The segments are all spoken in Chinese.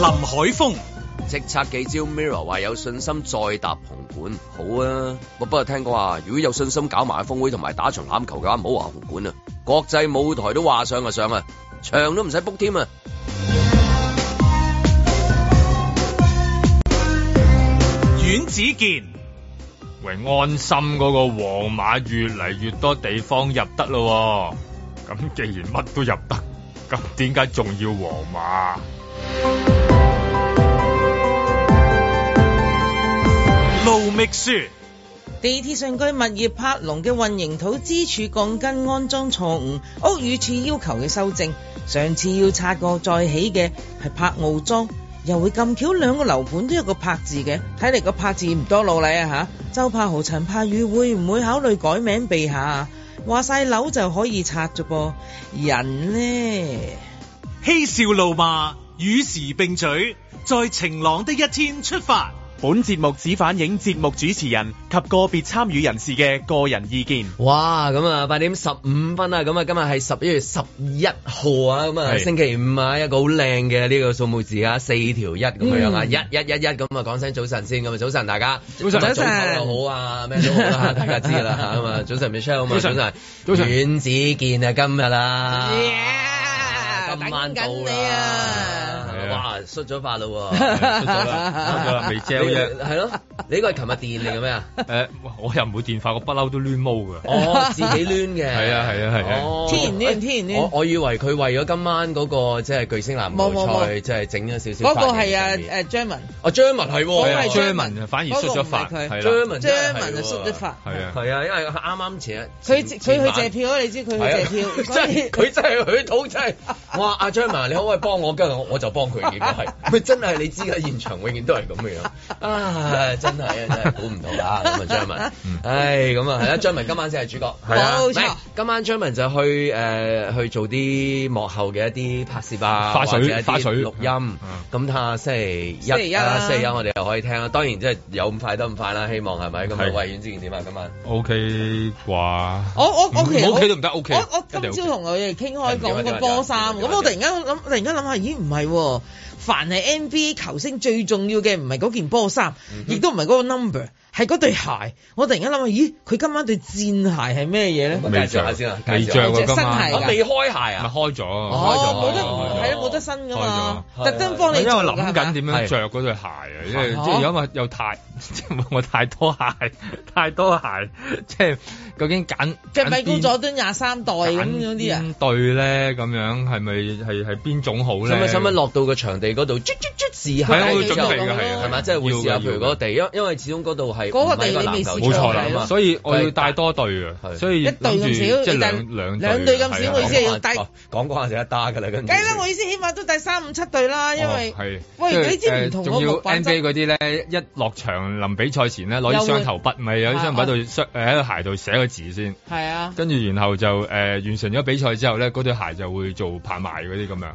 林海峰、即測幾招 Mirror 話有信心再踏紅館，好啊！我不過聽講話，如果有信心搞埋峰會同埋打場欖球嘅話，唔好話紅館啊，國際舞台都話上就上啊，場都唔使 book 添啊！阮子健、喂，安心嗰個皇馬越嚟越多地方入得咯喎，咁既然乜都入得，咁點解仲要皇馬？盧覓雪、地鐵上蓋物業柏龍嘅混凝土支柱鋼筋安裝錯誤，屋宇署要求佢修正。上次要拆過再起嘅係柏傲莊，又會咁巧兩個樓盤都有個柏字嘅，睇嚟個柏字唔多老禮啊吓。周柏豪、陳柏宇會唔會考慮改名避下啊？話晒樓就可以拆啫噃，人呢？嬉笑怒罵，與時並舉，在晴朗的一天出發。本節目只反映節目主持人及個別參與人士嘅個人意見。哇，咁啊八點十五分啊，咁啊今日係十一月十一號啊，咁啊係星期五啊，一個好靚嘅呢個數目字啊，四條一咁樣啊，一一一一咁啊講聲早晨先，咁啊早晨大家，早晨咁啊早晨早唞又好啊，咩都好啦，大家知啦咁 啊早晨 Michelle 啊嘛，早晨早晨早晨阮子健啊今日啦 Yeah，今晚到等緊啦你啊係啊哇出咗發嘞喎，出咗啦出咗啦未 gel 啫你係咯，你呢個係琴日電嚟嘅咩啊？誒、我又唔會電發，我不嬲都攣毛㗎。 哦，自己攣嘅，係啊係啊係啊哦天然攣天然攣我我以為佢為咗今晚嗰個即係巨星籃冇冇球賽，冇即係整咗少少嗰個髮係型啊上面。誒張文，哦，張文係嗰個係喎，張張文啊反而出咗發，嗰個唔係佢係張啦，文真係張係文就縮喎咗啊發，係啊，係啊，因為啱啱前佢前佢去前借票啊，你知 佢去借票，係啊所真以係佢真係去到真係，我話阿張文你可唔可以幫我？跟住我我就幫佢，結果 係佢真係你知嘅，現場永遠都係咁 嘅樣啊！真係啊，真係估唔到 啦咁啊張文，唉咁啊係啦，張文今晚先係主角，係啊，冇錯唔係今晚張文就去誒去做啲幕後嘅一啲拍攝啊，花絮或者一啲花絮錄音，咁睇下星期星期一啊一啦星期一我哋又可以聽啦。當然即係有咁快得咁快啦，希望係咪咁啊係？喂，阮之健點啊？今晚 O K 啩？我我我其實唔 OK 都唔得，OK 我我一定今 OK 朝同佢哋傾啊開講個波衫，一定咁要我突然間諗，突然間諗下，咦唔係喎，凡係 NBA 球星最重要嘅唔係嗰件波衫，嗯亦都唔係嗰個 number，係嗰對鞋。我突然間諗下，咦佢今晚對戰鞋係咩嘢咧？介紹下先啊，未介紹我隻下着啊，今晚新我鞋㗎未開鞋咪啊！開咗，哦，冇開咗開咗得係咯，冇得新㗎嘛，開咗特登幫你因為做我㗎諗緊點係哦嘛樣着嗰對鞋啊，因為啊即係因為有太 即係我太多鞋，太多鞋，即係究竟揀係咪揀高邊佐敦廿三代咁樣啲啊？揀邊對咧，咁樣係咪係係邊種好使唔咧？使乜落到個場地嗰度，捽捽捽試下？係啊，我會會準備嘅嘅係啊，係嘛？即係會試下，要嘅譬如嗰個地，因因為始終嗰度係嗰個地唔係你未籃球試冇過場係嚟㗎錯啦，啊嘛所以我佢要係帶多對係嘅，所以一對諗住咁少，即係你帶兩兩兩對咁少，我意思係係啊要帶。哦講講下就一打㗎啦，跟梗住係啦，我意思起碼都第三五七對啦，因為哦係即喂係你知唔誒同仲嗰要木板 NBA 質嗰啲咧，一落場臨比賽前咧，攞又啲會雙頭筆，咪有啲雙頭筆啊度雙誒喺個鞋度寫個字先。係啊，跟住然後就誒、呃完成咗比賽之後咧，嗰對鞋就會做拍賣嗰啲咁樣，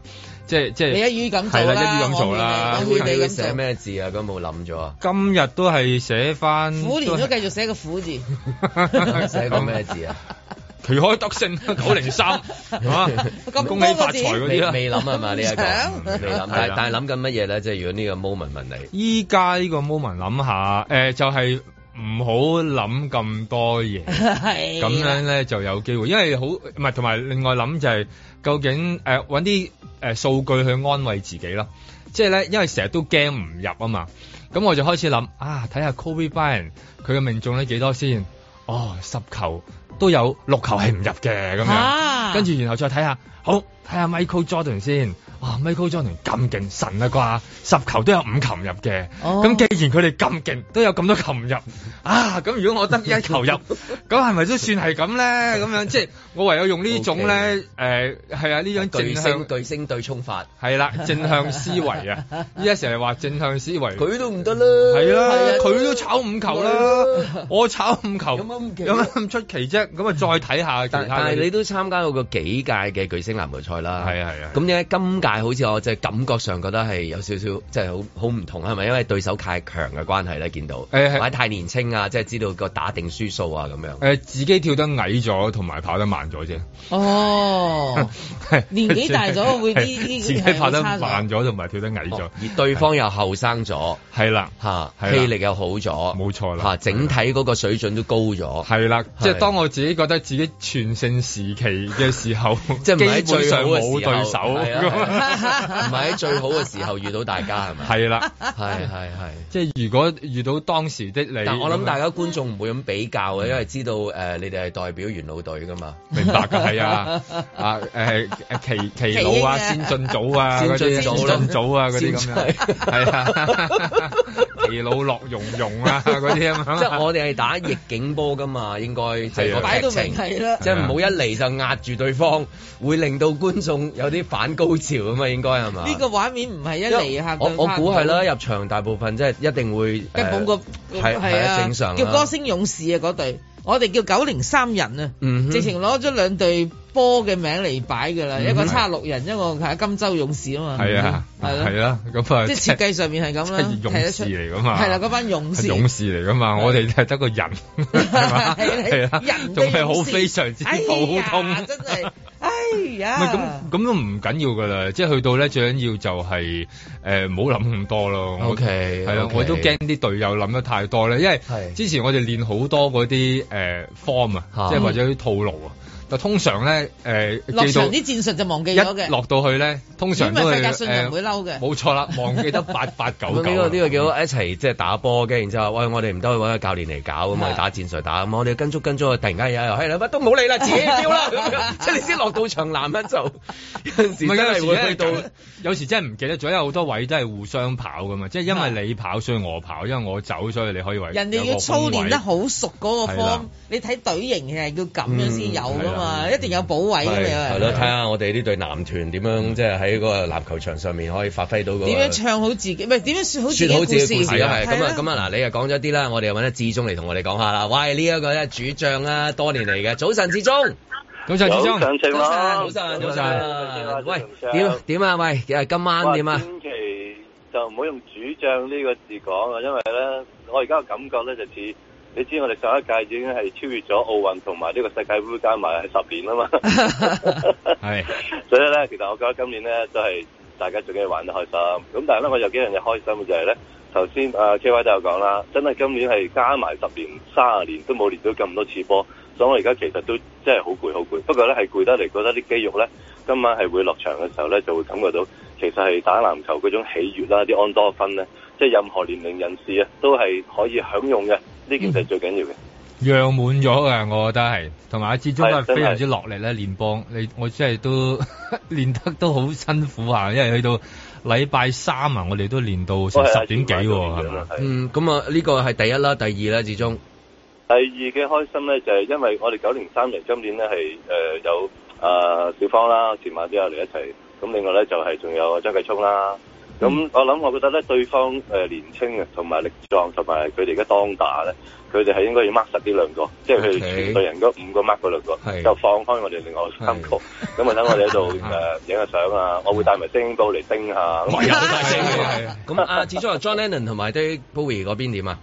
即係即你係一於咁做係啦啦，一於咁做啦我我會會你你要咁寫做。咩字啊？咁冇諗咗啊？今日都係寫翻虎年都繼續寫個虎字， 寫個咩字 啊？旗開得勝九 零三，咁多個啊嚇！恭喜發財嗰啲啊未未啦。諗係嘛？呢一個想未諗，但係但係諗緊乜嘢咧？即係如果呢個 moment 問你，依家呢個 moment 諗下，誒、就係唔好諗咁多嘢。係咁樣啦咧就有機會，因為好唔係同埋另外諗就係、究竟誒揾啲誒數據去安慰自己咯，即係咧因為成日都驚唔入啊嘛，咁我就開始諗啊睇下 Kobe Bryant 佢嘅命中率幾多先，哦十球都有六球係唔入嘅咁樣。啊跟住然後再睇下，好睇下 Michael Jordan 先。哇，Michael Jordan 咁勁，神啦啩，十球都有五球入嘅。咁、哦既然佢哋咁勁，都有咁多球唔入，啊，咁如果我得一球入，咁係咪都算係咁咧？咁樣即係我唯有用呢種咧，誒 OK 係啊，呢種巨正星向巨星對沖法，係啦，正向思維啊！ 依家成日話正向思維，佢都唔得啦，係啦係啊，佢都炒五球啦，我炒五球，有乜咁奇有乜咁出奇啫？咁啊，再睇下但其他嗰啲。但係你都參加到個幾屆嘅巨星籃球賽啦，係啊係啊咁點解今屆但係好似我就感覺上覺得係有少少即係好好唔同啊啦，係咪？因為對手太強嘅關係咧，見到誒係或者太年青啊，即係知道個打定輸數啊咁樣。誒呃自己跳得矮咗，同埋跑得慢咗啫。 哦，年紀大咗會啲係啲自己係會跑得差咗慢咗，同埋跳得矮咗哦，而對方又後生咗，係啦，嚇係啦氣力又好咗，冇錯啦嚇整體嗰個水準都高咗。係啦，即係係當我自己覺得自己全盛時期嘅時候， 即係唔基係喺本最好上嘅冇時候對手係啊係咁。啊唔係喺最好嘅時候遇到大家係咪？係啦，係係係。即係如果遇到當時的你，但我諗咁大家觀眾唔會咁比較嘅，因為知道誒、呃你哋係代表元老隊噶嘛， 明白 㗎，係啊，啊誒誒奇奇佬啊、先進組 啊、先進嗰啲組先啦進組啊嗰啲咁樣，先進係啊， 奇佬樂融融啊嗰啲咁 樣，即係我哋係打逆境波噶嘛，應該即係係啊個擺劇到明情。係啦。即係唔好一嚟就壓住對方，會令到觀眾有啲反高潮咁嘛，應該係嘛？呢個畫面唔係一一嚟嚇，我我估係啦，，入場大部分即係一定會跟捧個呃係係啊正常啦叫歌星勇士啊嗰隊，我哋叫九零三人啊，嗯哼直情攞咗兩隊波嘅名嚟擺㗎啦，嗯一個差六人，一個係金州勇士啊嘛，係啊，係咯係啦，咁啊，即係設計上面係咁啦，啊即係勇士嚟㗎嘛睇得出係啦，嗰班勇士，係勇士嚟噶嘛，我哋係得個人， 係嘛係 啦，人仲係係好非常之普通。真係，哎唔呀，係咁咁都唔緊要噶啦，即係去到咧最緊要就係誒唔好諗咁多咯。我 OK，係啊， OK 我都驚啲隊友諗得太多咧，因為係之前我哋練好多嗰啲誒 form 啊，嚇即係或者啲套路啊。但通常咧誒落記到場啲戰術就忘記咗一嘅，落到去咧，通常都如果唔係係費格遜就唔會嬲嘅誒冇錯啦，忘記 得八八 九咁九。呢啊個呢個叫一齊即係打波，跟住然之後，喂，我哋唔得去揾個教練嚟搞咁啊係，打戰術打咁，我哋跟足跟足，突然間有哎又係啦，乜都冇理啦，自己飆啦 咁樣，即係你先落到場男人就有陣時唔係真有係時會去咧到，有時真係唔記得咗，因為好多位都係互相跑噶嘛，即係因為你跑所以我跑，因為我走所以你可以為人哋有要個操空練位得好熟嗰個係啦 form，你睇隊形係要咁樣先有噶嘛，嗯係啦一定有補位㗎嘛有人，係啊咯，睇下我哋呢隊男團點樣即係喺個籃球場上面可以發揮到嗰個點樣唱好自己，唔係點樣説好自己説好嘅自己故嘅故事，事啊，係咁啊啦咁啊嗱，你又講咗啲啦，我哋又揾阿志忠嚟同我哋講下啦。喂，呢一個咧主將啊，多年嚟嘅，早晨志忠，咁就始早終上晴早朗，晨早晨晨，喂點點啊喂，誒今晚點啊？千祈就唔好用主將呢個字講啊，因為咧，我而家嘅感覺咧就似，你知我哋上一屆已經係超越咗奧運同埋呢個世界盃加埋係十年啦嘛。 係 所以咧，其實我覺得今年咧都係大家最緊要玩得開心。咁但係咧，我有幾樣嘢開心嘅就係咧，頭先啊 K Y 都有講啦，真係今年係加埋十年、三十年都冇練到咁多次波，所以我而家其實都真係好攰、好攰。不過咧呃係攰得嚟，覺得啲肌肉咧今晚係會落場嘅時候咧就會感覺到，其實係打籃球嗰種喜悅啦、啲安多芬咧，即係任何年齡人士啊都係可以享用嘅。呢件事係最緊要嘅。讓滿咗嘅，我覺得係，同埋阿志忠都係係真係非常之落力咧練波，你我真係都 練得都好辛苦啊，因為去到禮拜三啊，我哋都練到成我係十點幾阿喎，志買咗呢係樣嘛啦？係嗯，咁啊呢個係第一啦，第二啦，志忠。第二嘅開心咧，就係、因為我哋九零三人今年咧係誒有啊、小芳啦、前晚都有嚟一齊，咁另外咧就係、仲有張繼聰啦。咁、我諗，我覺得咧，對方誒、呃年青啊，同埋力壯，同埋佢哋而家當打咧，佢哋係應該要 mark 實呢兩個，即係佢哋 OK 全隊人嗰五個 mark 嗰兩個，係就放開我哋另外三個。咁啊，等我哋喺度誒影下相啊，我會帶埋聲音煲嚟叮下。咁哇有大聲係啊嘅。咁啊，志忠啊，John Lennon 同埋 David Bowie 嗰邊點啊？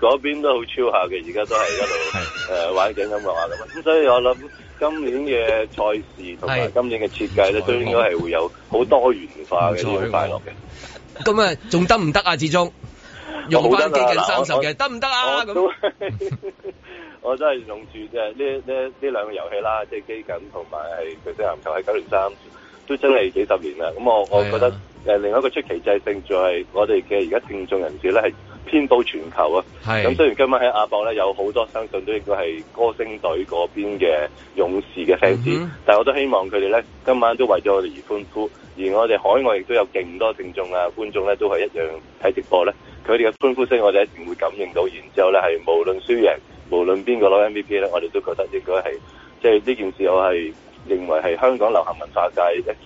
嗰邊都好超下嘅，而家都係一路誒、呃玩緊音樂啊咁。咁所以我諗今年嘅賽事同埋係今年嘅設計咧，都應該係會有好多元化嘅唔呢錯種快樂嘅。咁啊，仲得唔得啊？志忠用翻接近三十嘅，得唔得啊？啊我咁都 我都係用住即係呢呢呢兩個遊戲啦，即係機緊同埋係巨星籃球喺九零三，都真係幾十年啦。咁我我覺得係啊誒另外一個出奇制勝在係我哋嘅而家聽眾人士咧係遍佈全球啊。咁雖係然今晚喺亞博咧有好多相信都應該係歌星隊嗰邊嘅勇士嘅 fans，、嗯哼但係我都希望佢哋咧今晚都為咗我哋而歡呼，而我哋海外亦都有勁多聽眾啊觀眾咧都係一樣睇直播咧，佢哋嘅歡呼聲我哋一定會感應到，然之後咧係無論輸贏，無論邊個攞 MVP 咧，我哋都覺得應該係即係呢件事我係認為係香港流行文化界一件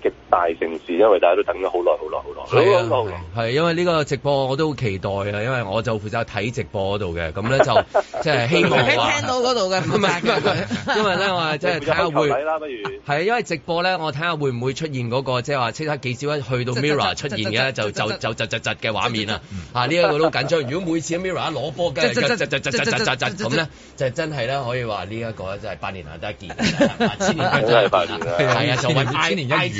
極大城市，因為大家都等咗好耐、好耐、好耐，好耐、好耐。係啊因為呢個直播我都好期待啊，因為我就負責睇直播嗰度嘅，咁咧就即係希望佢話聽到嗰度嘅，唔係唔係唔係，因為咧我 係即係睇下球會睇。啦，不如。係，因為直播咧，我睇下會唔會出現嗰、個即係話即刻幾少一去到 Mirror 出現嘅就就就就就就嘅畫面啊！啊，呢一個都緊張。如果每次 Mirror 一攞波，跟住就就就就就就咁咧，就真係咧可以話呢一個真係百年難得一見，千年難得一見係啊，就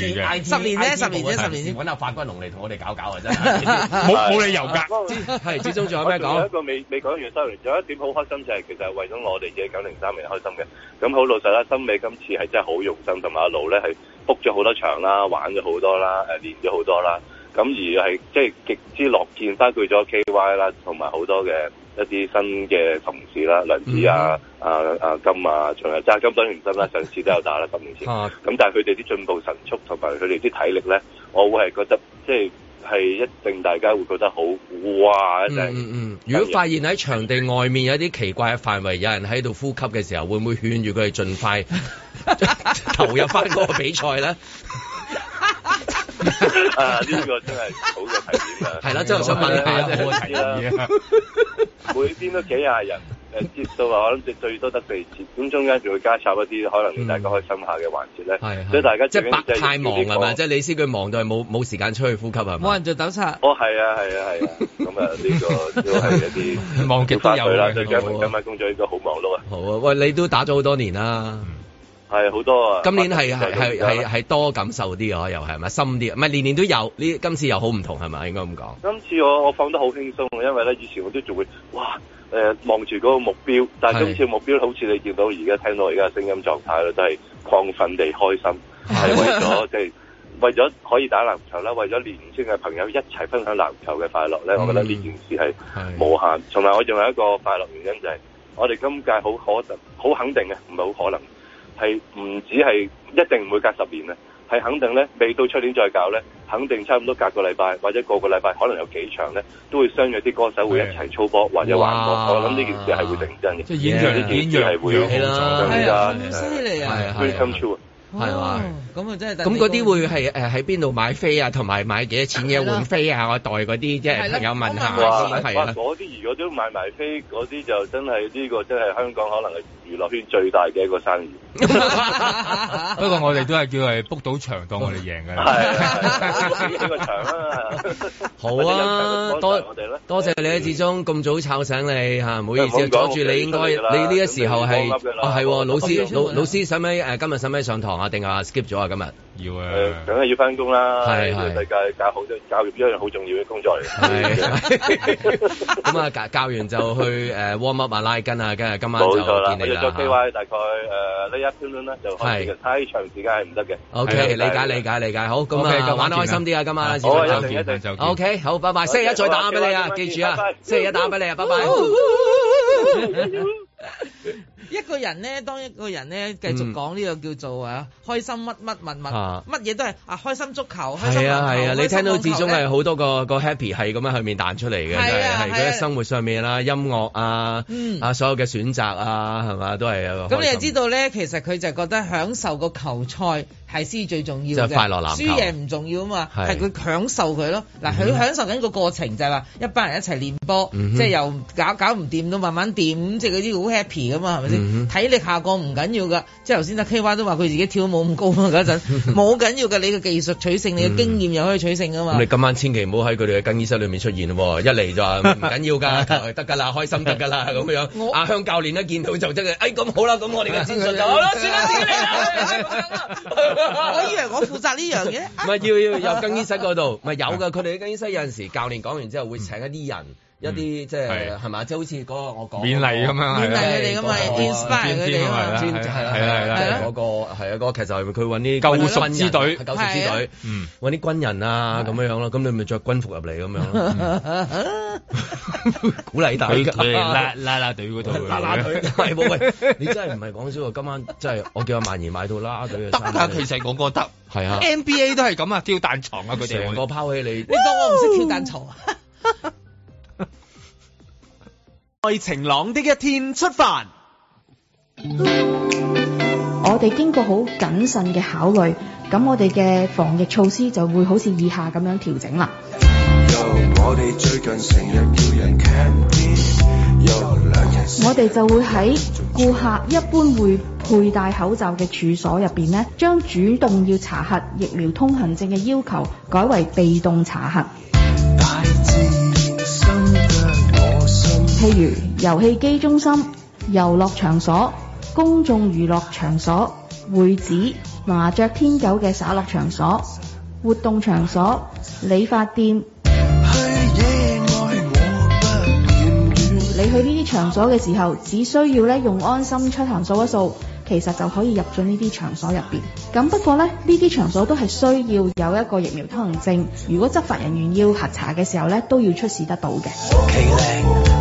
揾揾阿法君龍嚟同我哋搞搞啊！ 真係冇冇理由㗎。係，始終仲有我咩仲有一講？個未未講完收嚟，仲有一點好開心就係其實係為咗我哋嘅九零三年開心嘅。咁好老實啦，森美今次係真係好用心，同埋阿路咧係 book 咗好多場啦，玩咗好多啦，誒練咗好多啦。咁而係即係極之樂見翻佢咗 KY 啦，同埋好多嘅一啲新嘅同事啦，梁子啊、嗯啊啊金啊，仲有揸金當然唔得啦，上次都有打啦，十年前。啊， 咁但係佢哋啲進步神速同埋佢哋啲體力咧，我會係覺得即係係一定大家會覺得好哇一嗯定。嗯嗯，如果發現喺場地外面有啲奇怪嘅範圍，有人喺度呼吸嘅時候，會唔會勸住佢哋盡 快投入翻嗰個比賽 咧？ 啊！呢、個真係好嘅提點啊！係啦，即係我想問下係啫。啊提議啊，每邊都幾廿人，誒接數啊，我諗最最多得四節，咁中間仲會加插一啲可能令大家開心下嘅環節咧。係，所以大家即最緊係要白就係太忙要呢個係咪？即係你先佢忙到係冇冇時間出去呼吸係冇咪？人做抖擦。哦，係啊，係啊，係啊，咁啊，呢 個都係一啲望極啊都有花絮啦，嘅再加埋今晚工作應該好忙碌啊，好啊，喂，你都打咗好多年啦，係好多啊。今年係係係係。係係多感受啲啊，又係咪深啲？唔係年年都有，呢今次又好唔同係咪？應該咁講。啊今次我我放得好輕鬆啊，因為咧以前我都仲會哇誒望住嗰個目標，但係係今次目標好似你見到而家聽到我而家嘅聲音狀態啦，都係亢奮地開心，係為咗即係為咗可以打籃球啦，為咗年青嘅朋友一齊分享籃球嘅快樂嗯咧，我覺得呢件事係係。無限。同埋我仲有一個快樂原因就係、我哋今屆好可能、好肯定嘅，啊唔係好可能，係唔止係一定唔會隔十年啊，係肯定咧，未到出年再搞咧，肯定差唔多隔個禮拜或者個個禮拜，可能有幾場咧都會相約啲歌手會一齊操波或者玩波。哇我諗呢件事係會成真嘅，即係演唱 Yeah 演唱係會會好咗係係係啊，啦啊咁犀利啊！係係 Dream come true 啊！係啊哦咁啊真係咁嗰啲會係誒喺邊度買飛啊，同埋買幾多錢係嘅啦換飛啊？我代嗰啲即係朋友問下係哇！啦先哇係啊啦。嗰啲如果都買埋飛，嗰啲就真係呢、個真係香港可能係娛樂圈最大嘅一個生意。不過我哋都係叫係 book 到場當我哋贏㗎係啦。 係係呢個場啊！好或者有啊場嘅，幫多助我哋啦嗯多謝你啊，志忠咁早吵醒你嚇，唔好意思唔好啊咁，講阻住你應該我記得你㗎啦你呢個時候準係備要 warm up 㗎啦哦係喎，老師我老老師使唔使誒今日使唔使上堂啊？定係話 skip 咗啊今日？要誒啊，，梗係要翻工啦！係呢個係世界教好教育一樣好重要嘅工作嚟嘅。 係咁啊，教教完就去誒 warm up 啊，拉筋啊，跟住今晚冇錯啦就，我見你約咗啦。 KY 大概誒呢一 p a 啦就開始嘅，係太長時間係唔得嘅。 O 係啊 K，理解理解理解，好咁 OK，今啊，晚玩得開見啊心啲啊，今晚啦，志好啊忠一定一定就 O K，好，拜拜，星期一再打俾你啊，好嘅記住啊拜拜，星期一打俾你啊，拜拜。 一個人咧，當一個人咧繼續講呢個叫做啊開心乜乜物物，嗯啊乜嘢都係啊開心足球，開心係啊係啊，籃球你聽到至終開心係。網球呢好多個個 happy 係咁樣向面彈出嚟嘅，係啊真係係係啊佢喺生活上面啦、音樂啊、嗯啊所有嘅選擇啊，係嘛都係有個咁你開就心知道啊咧，其實佢就覺得享受個球賽係先最重要嘅，即係快樂籃球輸贏唔重要啊嘛，係係佢享受佢咯。嗱，佢享受緊個過程就係話一班人一齊練波，嗯哼即係由搞搞唔掂到慢慢掂，咁即係嗰啲好 happy 噶嘛，係咪先？嗯哼體力下降唔緊要噶，即係頭先阿 K Y 都話佢自己跳舞咁高啊嗰 陣，冇緊要㗎，你嘅技術取勝，你嘅經驗又可以取勝噶嘛咁你。今晚千祈唔好喺佢哋嘅更衣室裏面出現喎，一嚟 就話唔緊要㗎，得㗎啦，開心得㗎啦咁樣。我阿香教練一見到就即係，哎咁好啦，咁我 哋嘅戰術就好啦，算啦，自己嚟啦。 我以為我負責呢樣嘢， 唔係要要入更衣室嗰度，咪有㗎。佢哋嘅更衣室有陣時教練講完之後會請一啲人，一啲即係係係嘛，即係好似嗰個我講勉勵咁勉樣係啦勵佢哋㗎嘛嗰個，inspire 佢哋㗎係嘛啦。專係啦係啦係係啦啦係啦，嗰個係啊嗰個其實係佢揾啲救軍贖之隊軍人救贖之隊嗯，揾啲軍人啊咁樣樣咯，咁你咪着軍服入嚟咁 樣咯。嗯鼓勵大佢家。佢拉拉拉隊嗰度，啦啦 隊係冇喂，你真係唔係講笑喎！今晚真係我叫阿曼兒買到啦啦隊嘅得衫俾啊，你，其實我覺得係啊， NBA 都係咁啊，吊彈床啊，佢哋成個拋起 你你。當我唔識跳蛋槽啊？在晴朗的一天出發。我我哋經過好謹慎嘅考慮，咁我哋嘅防疫措施就會好似以下咁樣調整啦。我哋最近成日叫人 canteen，又兩日我哋就會喺顧客一般會佩戴口罩嘅處所入邊呢，將主動要查核疫苗通行證嘅要求改為被動查核。大自然生得我心。譬如遊戲機中心、遊樂場所、公眾娛樂場所、會址、麻雀天九嘅耍樂場所、活動場所、理髮店。你去呢啲場所嘅時候，只需要咧用安心出行掃一掃，其實就可以入進呢啲場所入邊。咁不過咧，呢啲場所都係需要有一個疫苗通行證，如果執法人員要核查嘅時候咧，都要出示得到嘅。奇靚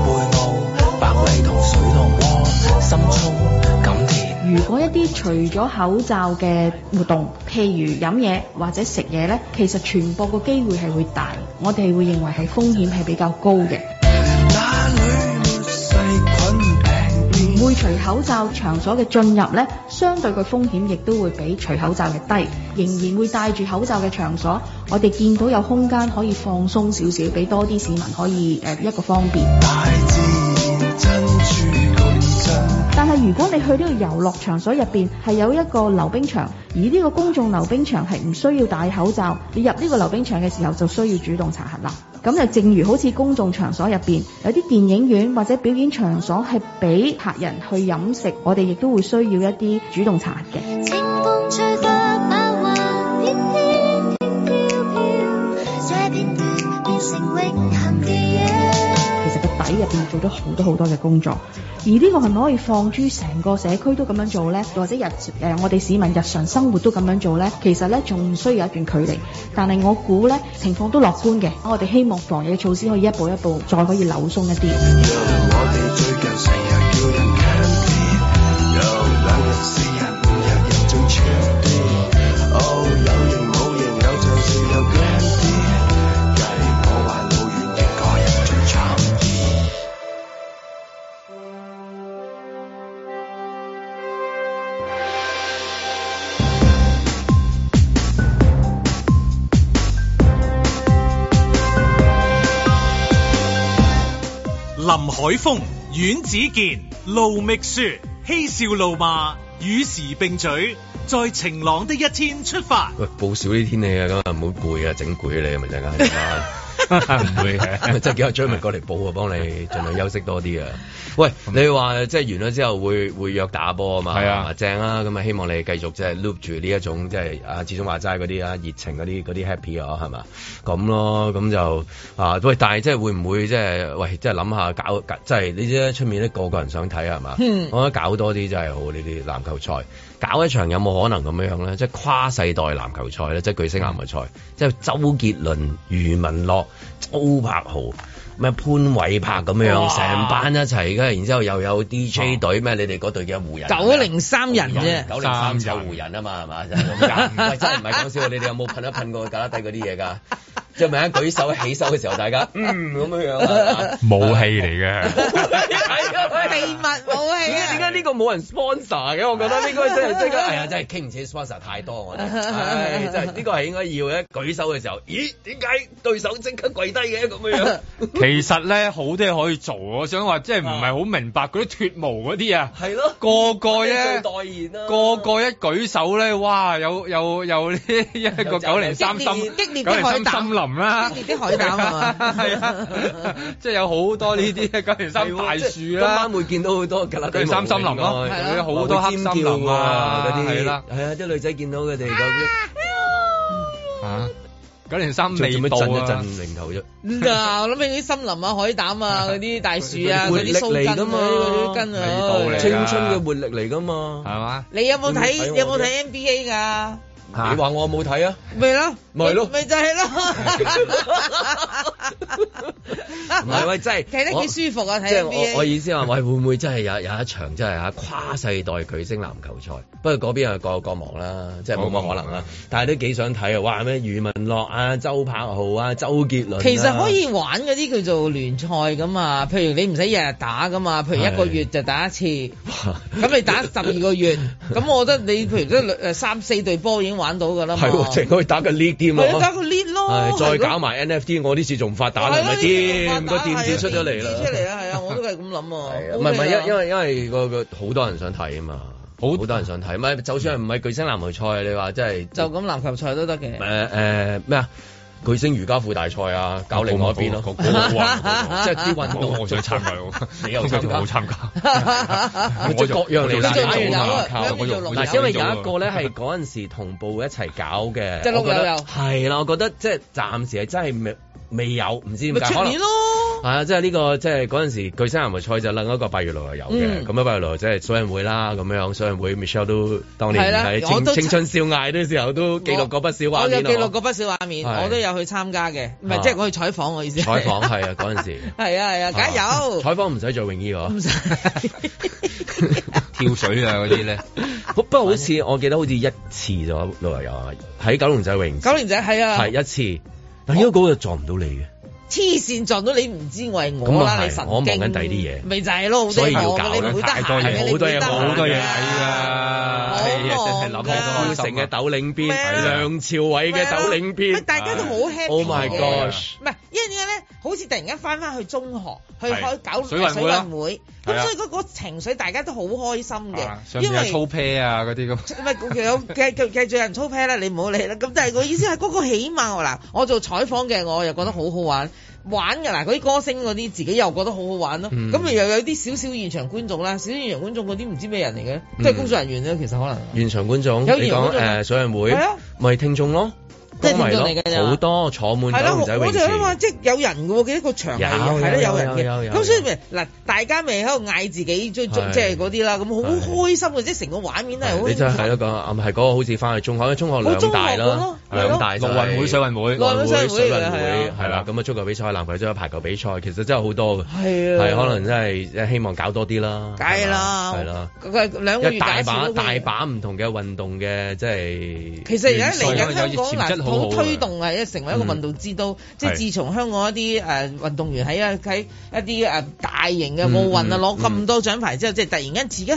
貝澳，百味同水浪窩，心中甘甜。如果一啲除咗口罩嘅活動，譬如飲嘢或者食嘢呢，其實傳播個機會係會大，我哋會認為係風險係比較高嘅。哪裏沒細菌病變？唔會除口罩場所嘅進入呢，相對嘅風險亦都會比除口罩嘅低，仍然會戴住口罩嘅場所，我哋見到有空間可以放鬆少少，俾多啲市民可以誒、呃一個方便。大自然真處咁真。但係如果你去呢個遊樂場所入邊係有一個溜冰場，而呢個公眾溜冰場係唔需要戴口罩，你入呢個溜冰場嘅時候就需要主動查核啦。咁就正如好似公眾場所入邊有啲電影院或者表演場所係俾客人去飲食，我哋亦都會需要一啲主動查核嘅。清風吹拂那雲，飄飄飄飄，這片段變成永恆嘅夜。其實個底入邊做咗好多好多嘅工作，而呢個係咪可以放諸成個社區都咁樣做呢？或者日誒、呃我哋市民日常生活都咁樣做呢？其實呢，仲需要有一段距離，但係我估呢，情況都樂觀嘅，我哋希望防疫嘅措施可以一步一步再可以扭鬆一啲。我哋最近成日叫人 canteen，有兩日四日五日人仲 cheap 啲，哦有型冇型有陣時又 grand 啲，計我話老遠應該人最慘啲。林海峰、阮子健、盧覓雪，嬉笑怒罵，與時並舉，在晴朗的一天出發。喂，報少啲天氣啊，咁啊唔好攰啊，整攰你啊，咪陣間係嘛？ 唔會 嘅即係叫阿 j e 過嚟報啊，幫你盡量休息多啲啊。喂，你話即係完咗之後會會約打波啊嘛？嗯係啊正啊，咁啊希望你繼續即係 loop 住呢一種即係啊，始終話齋嗰啲啊熱情嗰啲嗰啲 happy 啊，係嘛？咁咯，咁就啊喂，但係即係會唔會即係喂，即係諗下搞，即係你知啦出面咧個個人想睇啊係嘛？嗯我覺得搞多啲真係好呢啲籃球賽。搞一場有冇可能咁樣咧？即係跨世代籃球賽咧，即係巨星籃球賽，即係周傑倫、余文樂、周柏豪、咩潘偉柏咁哇樣，成班一齊嘅，然之後又有 DJ 隊咩？你哋嗰隊叫湖人啊九零三人啫。九零三就湖人啊嘛，係嘛？真係咁㗎喂，真係唔係講笑，你哋有冇噴一噴過格拉底嗰啲嘢㗎？即係咪一舉手起手嘅時候，大家嗯咁樣樣啊？武器 嚟啊 秘密武器點解點解啊！呢個冇人 sponsor 嘅？我覺得呢個真係即刻，哎呀，真係傾唔起 sponsor 太多， 我哋，唉，真係呢個係應該要一舉手嘅時候，咦？點解對手即刻跪低嘅咁樣？其實咧好多嘢可以做，我想話即係唔係好明白嗰啲脫毛嗰 啲啊， 係咯，個個咧咧代言啦， 個個一舉手咧，哇！有有 有呢一個九零三森激烈激烈九啲零海三膽森林啊啦，激烈啲海膽係 嘛係啊，即係有好多呢啲九零三大樹今啦晚。會見到好多㗎啦，佢三森林咯，應該有好多黑森林啊，嗰啲係啦，係啊，啲女仔見到佢哋嗰嚇九零三啲，味道震一啊，震零頭啫。嗱，我諗起啲森林啊、海膽啊、嗰啲大樹啊、嗰活啲力鬚嚟根㗎啊、嘛嗰啲根味道嚟啊㗎。青春嘅活力嚟㗎嘛係，嘛？你有冇唔睇睇我有冇睇 NBA 㗎？你話我冇睇啊？咪咯，咪咯咪就係咯。 唔唔係喂，真係啊睇得幾舒服啊！睇即係得我我意思話，喂，會唔會真係有有一場真係啊跨世代巨星籃球賽？不過嗰邊又各有各忙啊啦，即係冇乜可能啦。但係都幾想睇啊！哇，咩余文樂啊、周柏豪啊、周杰倫啊、其實可以玩嗰啲叫做聯賽噶嘛，譬如你唔使日日打噶嘛，譬如一個月就打一次，咁你打十二個月，咁我覺得你譬如都兩誒三四隊波已經玩到㗎啦嘛。係喎，淨可以打個 league 添啊咪打啊！個 lead 咯係，再搞埋 NFT，我呢次仲唔發打啦，係咪啲添？個電子出咗嚟啊出啦。嚟啦，係啊，我都係咁諗啊。唔係唔係，因為因為因為個個好多人想睇啊嘛，好多人想睇，唔係就算係唔係巨星籃球賽，你話真係就咁籃球賽都得嘅。誒誒咩啊？巨星瑜伽褲大賽啊，搞另外一邊咯， 嗰個嗰個嗰個嗰個即係啲 運動我想參加喎，你又參加我冇參加。即係各樣嚟啦，你做打龍友啊籃球你做龍友嗱，因為有一個咧 係嗰陣時同步一齊搞嘅，就係我覺得陸友友係啦，我覺得即係暫時係真係未未有，唔知點咪解出可能年。咯，係啊，即係呢個即係嗰陣時巨星籃球賽就另一個八月六日有嘅，嗯咁啊八月六日即係水人會啦，咁樣水人會 Michelle 都當係年啦喺我青都青春少艾嘅時候都記錄過不少畫我有面記啊錄過不少畫面，係我都有去參加嘅，唔啊係即係我去採訪我意思。採訪係啊嗰陣時。 係啊係啊，梗係有。採訪唔使着泳衣喎唔， 使。跳水啊嗰啲咧，不過好似我記得好似一次咗老友友啊，喺九龍仔泳池九年仔係啊，係一次，但應該嗰個撞唔到你嘅，黐線撞到你唔知我係我咁啊啦，係你神經。我望緊第啲嘢咪就係咯，好多所以嘢要望搞㗎你唔會得太多閒嘢嘅，你好唔多會嘢得望閒好多嘢睇㗎啊！好哎呀真係諗忙起都㗎開烏心啊城嘅斗領邊，咩啊梁朝偉嘅斗領咩邊，大家都好 happy Oh my 嘅 gosh 唔係，因為點解咧？好似突然間翻翻去中學，去係開搞水運會啦會，係咁啊所以嗰個情緒大家都好開心啊嘅，上因面有為操 pair 啊嗰啲咁。唔係佢有繼繼繼續有人操 pair 啦，你唔好理啦。咁但係我意思係嗰個起碼我嗱，我做採訪嘅我又覺得好好玩。玩㗎嗱，嗰啲歌星嗰啲自己又覺得好好玩咯。嗯咁咪又有啲少少現場觀眾啦，少少現場觀眾嗰啲唔知咩人嚟嘅，都係工作人員咧，其實可能。現場觀眾，你有現場講觀眾誒水人會係啊，咪聽眾咯，即係歌迷聽眾嚟㗎咋咯，好多坐滿係啦，我九龍仔我泳就諗話，池，即係有人嘅喎，記得個場係有係啦，有有人有有有嘅。咁所以咪嗱，大家咪喺度嗌自己即係係即係嗰啲啦，咁好係開心啊嘅，即係成個畫面都係好。你真係係咯講啊，係嗰個好似翻去中學，因為中學兩大啦好，中學嗰個咯兩大就陸係運會、水運陸會，運會會、水運會運會係啊係啦，咁啊足球比賽、籃球比賽、排球比賽，其實真係好多嘅，係啊，係可能真係希望搞多啲啦，梗係啦，係啦，佢佢兩個一月大搞把一次都大會把唔同嘅運動嘅，即係其實而家嚟緊元香素有啲潛港質嗱，好好好嘅推動啊，因為成為一個嗯運動之都。即係自從香港一啲誒運動員喺一喺一啲誒大型嘅奧運啊嗯攞嗯咁多獎牌之後，即係突然間自己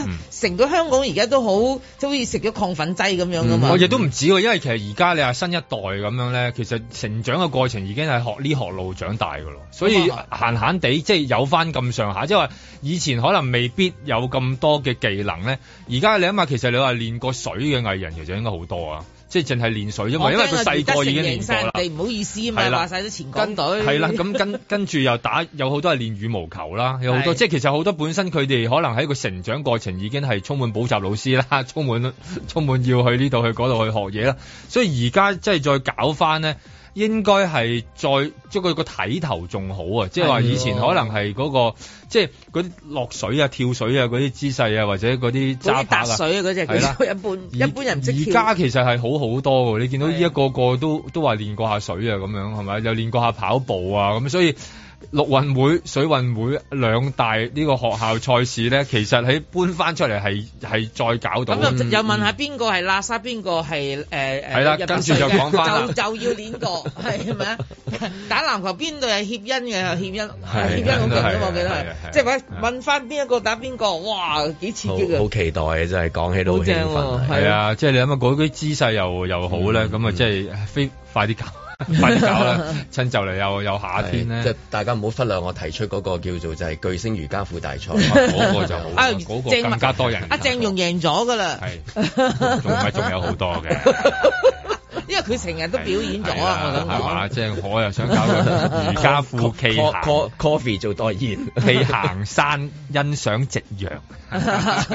成到香港而家都好，即係好似食咗亢奮劑咁樣嗯噶嘛我。亦都唔止喎，因為其實而家你話新一代咁樣咧，其實成長嘅過程已經係學呢學路長大㗎咯，所以咁啊閒閒地即係有翻咁上下，即係話以前可能未必有咁多嘅技能咧，而家你諗下，其實你話練過水嘅藝人其實應該好多啊，即係淨係練水啫啊嘛，因為佢細個已經練過啦。你唔好意思啊嘛，係啦話晒啲前港跟隊係啦，咁跟跟住又打，有好多係練羽毛球啦，有好多係即係其實好多本身佢哋可能喺個成長過程已經係充滿補習老師啦， 充滿充滿要去呢度去嗰度去學嘢啦，所以而家即係再搞翻咧。應該係再即係佢個睇頭仲好啊！即係話以前可能係嗰、個即係嗰啲落水啊、跳水啊嗰啲姿勢啊，或者嗰嗰啲揸啲拍搭啊，水啊嗰只係啦叫做一般一般人唔識而跳。家其實係好好多喎，你見到係啊依一個個都都話練過下水啊，咁樣係咪？又練過下跑步啊，咁所以陸運會、水運會兩大呢個學校賽事咧，其實喺搬翻出嚟係係再搞到。咁又嗯又問下邊個係垃圾，邊個係誒誒？係啦入咗跟住水就嘅講返啦就就要攣過， 係咪啊？打籃球邊隊係協恩嘅？協恩係協恩好勁㗎嘛，係我記得係係係係。即係話問翻邊一個打邊個，哇！幾刺好激好啊！期待嘅，真係講起都好好興正奮喎。係啊，即係你諗下嗰啲姿勢又又好咧，嗯咁啊嗯即係飛 快啲搞，快啲搞啦！趁就嚟又又夏天係咧，即係大家唔好忽略我提出嗰個叫做就係巨星瑜伽褲大賽， 嗰個就好啦， 啊嗰個鄭更加多人。阿鄭融贏咗㗎啦，係，仲唔係仲有好多嘅。 因為佢成日都表演咗係啦係啊，嘛，即係我又想搞個瑜伽 褲企 Co- 行 Co- coffee 做代言，企行山， 欣賞夕 陽，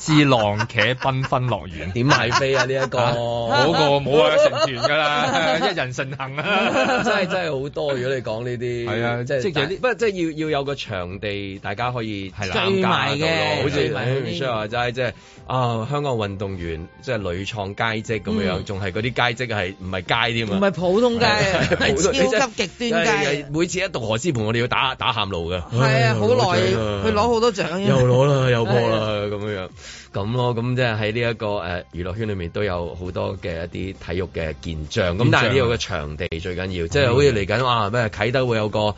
至浪茄繽紛樂園。點買飛啊？呢一個啊哦嗰個冇啊，成團 㗎啦， 一人成 行啊！真係真係好多，如果你講呢啲，係啊即係即係有啲不過即係要要有個場地，大家可以參係啦加聚埋嘅到咯好似聚埋嗰啲 Michelle 話齋，即係啊香港運動員即係屢創佳績咁樣，仲係嗰啲佳績係唔係街添啊？嗯唔係普通街啊， 係係普通你真超係級極端街啊。每次一讀何詩蓓，我哋要打打喊路嘅。係啊，好耐唉佢攞好多獎嘅。啊又攞啦，又 播係啦啊，咁樣樣咁咯，咁即係喺呢一個誒娛樂圈裏面都有好多嘅一啲體育嘅健將，咁但係呢啊度嘅場地最緊要，即係好似嚟緊啊咩啟德會有個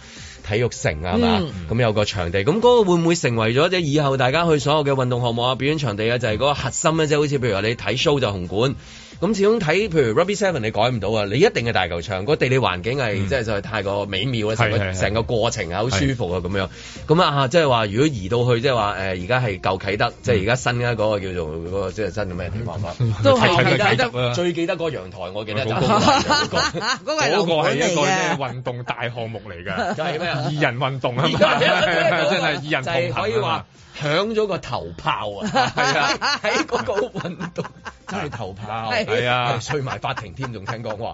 體育城啊係嘛嗯，咁有個場地，咁嗰個會唔會成為咗即係以後大家去所有嘅運動項目啊、表演場地啊，就係嗰個核心咧？即係好似譬如話你睇 show 就紅館。咁始終睇譬如 Rugby Seven 你改唔到啊，你一定係大球場，個地理環境係、嗯即係就係太過美妙啦，成個係係係成個過程係好舒服啊咁樣。咁啊，即係話如果移到去即係話誒，而家係舊啟德，即係而家新嘅嗰個叫做嗰個即係新嘅咩地方法？都係睇啟睇德啊最記得嗰個陽台，我記得就嗰個嗰個係嗰樓個盤係嚟一個咩嘅，運動大項目嚟㗎，就係咩啊二人運動啊嘛， 真係二人就同係行可以啊嘛話。響咗個頭炮啊！係啊，喺嗰個運動真係頭炮，係係啊吹埋法庭添，仲聽講話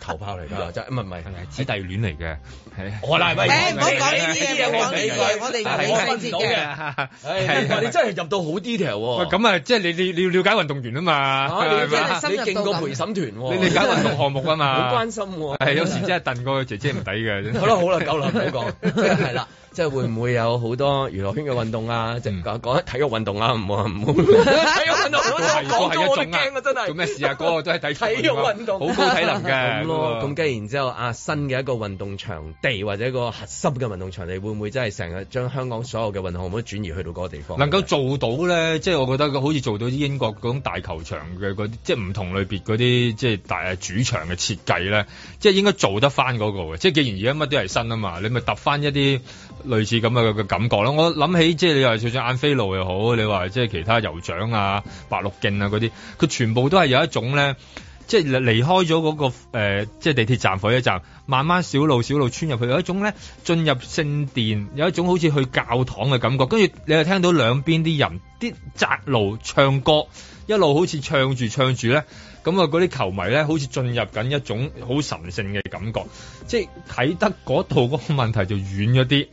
頭炮嚟㗎，真係唔係唔係係咪姊弟戀嚟嘅？係我嗱喂，誒唔好講呢啲呢嘢唔好講呢啲嘢我哋唔係理我細分唔節到嘅嘅。係，哎哇你真係入到好 detail 哎喂，喎。咁啊，即係你你你要了解運動員啊嘛，啊你係真咪係你勁過陪審團喎。你理解運動項目啊嘛，好關心喎。係有時真係燉個姐姐唔抵 嘅。真係好啦好啦，夠啦，唔好講，即係係啦，即係會唔會有好多娛樂圈嘅運動啊？嗯即係講講體育運動啊，唔好唔 好體育運動，嗰個係我講咗我都嗰個係驚一種啊，真係做咩事啊？嗰個都係體體育運動啊好高體能嘅 嗯咁咯，咁嗰個跟然之後啊，新嘅一個運動場地或者一個核心嘅運動場地，會唔會真係成日將香港所有嘅運動項目都轉移去到嗰個地方？能夠做到咧，即係我覺得好似做到啲英國嗰種大球場嘅嗰啲，即係唔同類別嗰啲，即係大主場嘅設計咧，即係應該做得翻嗰個嘅。即係既然而家乜都係新啊嘛，你咪揼翻一啲類似咁嘅嘅感覺咯。我諗起即係你話就算晏飛路又好，你話即係其他酋長啊、白鹿徑啊嗰啲，佢全部都係有一種咧。即係離開咗嗰、個、呃、即係地鐵站、火車站，慢慢小路小路穿入去，有一種咧進入聖殿，有一種好似去教堂嘅感覺。跟住你又聽到兩邊啲人啲窄路唱歌，一路好似唱住唱住咧，咁啊嗰啲球迷咧好似進入緊一種好神聖嘅感覺。即係睇得嗰度嗰個問題就遠咗啲，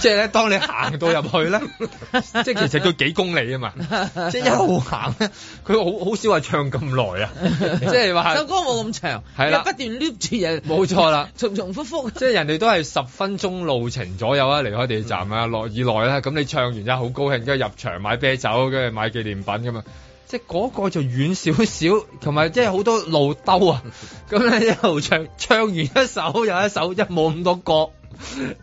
即係咧當你行到入去咧，即係其實佢幾公里啊嘛， 即係一路行咧，佢好好少話唱咁耐啊，即係話首歌冇咁長，係啦又不斷 loop 住人，冇錯啦。重重複啊複。即係人哋都係十分鐘路程左右啊，離開地鐵站嗯啊，落以內啦。咁你唱完之後好高興，跟住入場買啤酒，跟住買紀念品咁啊嘛。即係嗰個就遠少少，同埋即係好多路兜啊。 咁咧一路唱，唱完一首又一首，一冇咁多歌，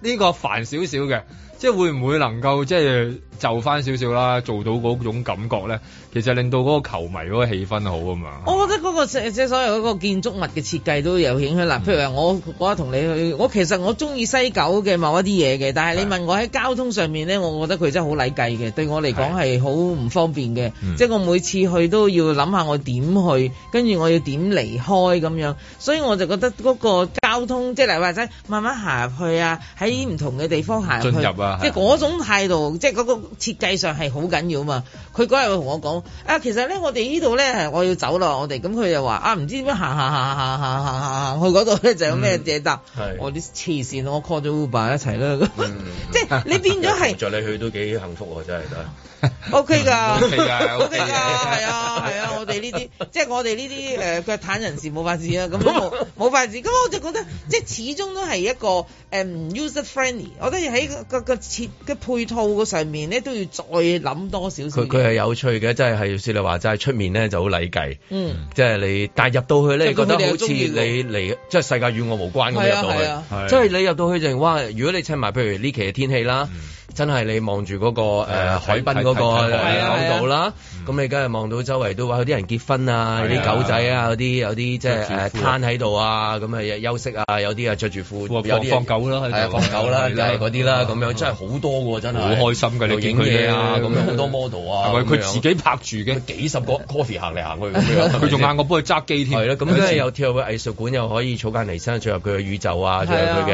呢個煩少少嘅。即係會唔會能夠即係就翻少少啦，做到嗰種感覺咧？其實令到嗰個球迷嗰個氣氛好啊嘛。我覺得嗰、個即即係所有嗰個建築物嘅設計都有影響啦。譬如話我嗰日同你去，我其實我中意西九嘅某一啲嘢嘅，但係你問我喺交通上面咧，我覺得佢真係好禮計嘅，對我嚟講係好唔方便嘅。嗯即係我每次去都要諗下我點去，跟住我要點離開咁樣，所以我就覺得嗰個交通即係例如話齋慢慢行入去啊，喺唔同嘅地方行入去，進入啊即係係嗰種態度，即係嗰個設計上係好緊要嘛。佢嗰日同我講啊，其實咧我哋呢度咧係我要走啦，我哋咁佢就話啊，唔知點樣行行行行行行行行去嗰度咧就有咩嘢搭嗯係，我啲黐線，我 call 咗 Uber 一齊啦，咁嗯即係你變咗係在你去都幾幸福喎，真係得。 OK 㗎 OK 㗎，OK ，OK 㗎，㗎係啊係啊，我哋呢 啲即係我哋呢啲誒腳坦人士冇法子啊，咁都 冇冇法子，咁我就覺得即係始終都係一個誒、唔 user friendly，我覺得喺個個個設嘅配套嗰上面咧都要再諗多少少佢嘢。佢係有趣嘅，真係係雪你話齋出面咧就好禮計， 嗯， 即係你，但係入到去咧，即係覺佢得哋好又似鍾意你嚟，即係世界與我無關咁係啊樣入係啊到去，係即係你入到去就哇！如果你襯埋譬如呢期嘅天氣啦。真係你望住嗰個誒誒海濱嗰個嗯啊睇睇睇係啊誒港島啦，咁你梗係望到周圍都話有啲人結婚啊，有係啲啊狗仔啊，有啲有啲即係着住誒褲啊攤喺度啊，咁啊休息啊，有啲啊着住褲，放有啲放狗啦喺度係啊放狗啦，係梗啦嗯係嗰啲啦，咁樣真係好多喎，真係好開心㗎你又見影佢嘢啊，哋咁樣好多 model 啊，係咪咁佢樣自己拍住嘅佢？幾十個 coffee 行嚟行去咁樣， 佢仲啱嗌我幫佢揸機添。係咯，咁跟住又跳入去藝術館，又可以草間彌生進入佢嘅宇宙啊，進入佢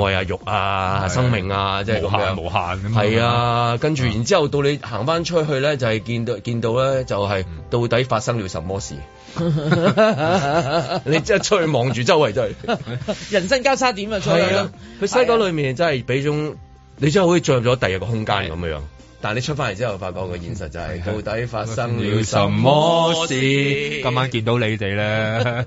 嘅愛啊、肉啊、係生命啊，即係咁無限無樣。限咁。係，啊，跟住然之後到你行翻出去咧，就係見到見到咧，就嗯係到底發生了什麼事？ 你即係出去望住周圍真係啊人生交叉點啊，出去係啊！佢西九裏面真係俾種你真係好似進入咗第二個空間咁樣。但你出翻嚟之後，發覺個現實就係、到底發生啊了了什什麼麼事事？？呃今晚見到你 哋 咧，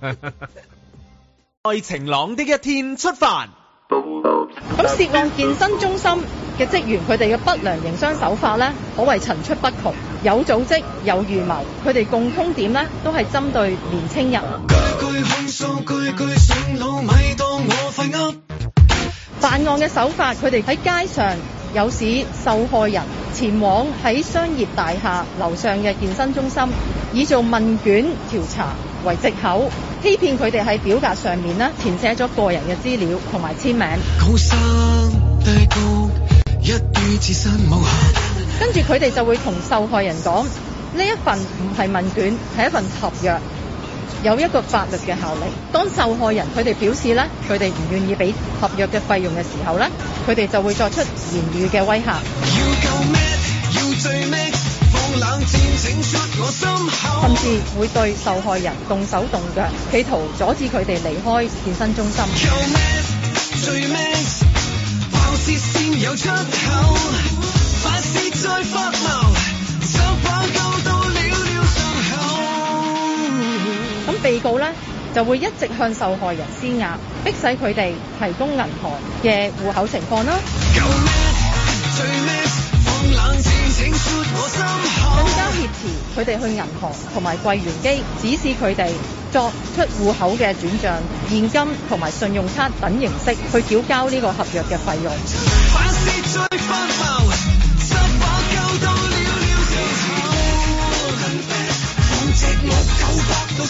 在晴朗的一天出發。咁涉案健身中心嘅職員，佢哋嘅不良營商手法呢，可謂層出不窮，有組織有預謀，佢哋共通點呢，都係針對年青人。犯案嘅手法，佢哋喺街上有使受害人前往喺商業大廈樓上嘅健身中心，以做問卷調查為藉口，欺騙佢哋喺表格上面呢填寫咗個人嘅資料同埋簽名。跟住佢哋就會同受害人講：呢一份唔係問卷，係一份合約，有一個法律嘅效力。當受害人佢哋表示咧，佢哋唔願意俾合約嘅費用嘅時候咧，佢哋就會作出言語嘅威嚇。甚至會對受害人動手動腳，企圖阻止佢哋離開健身中心。咁被告呢，就會一直向受害人施壓，迫使佢哋提供銀行嘅戶口情況啦。更加挟持佢哋去銀行同埋櫃員機，指示佢哋作出戶口嘅轉帳、現金同埋信用卡等形式去繳交呢個合約嘅費用。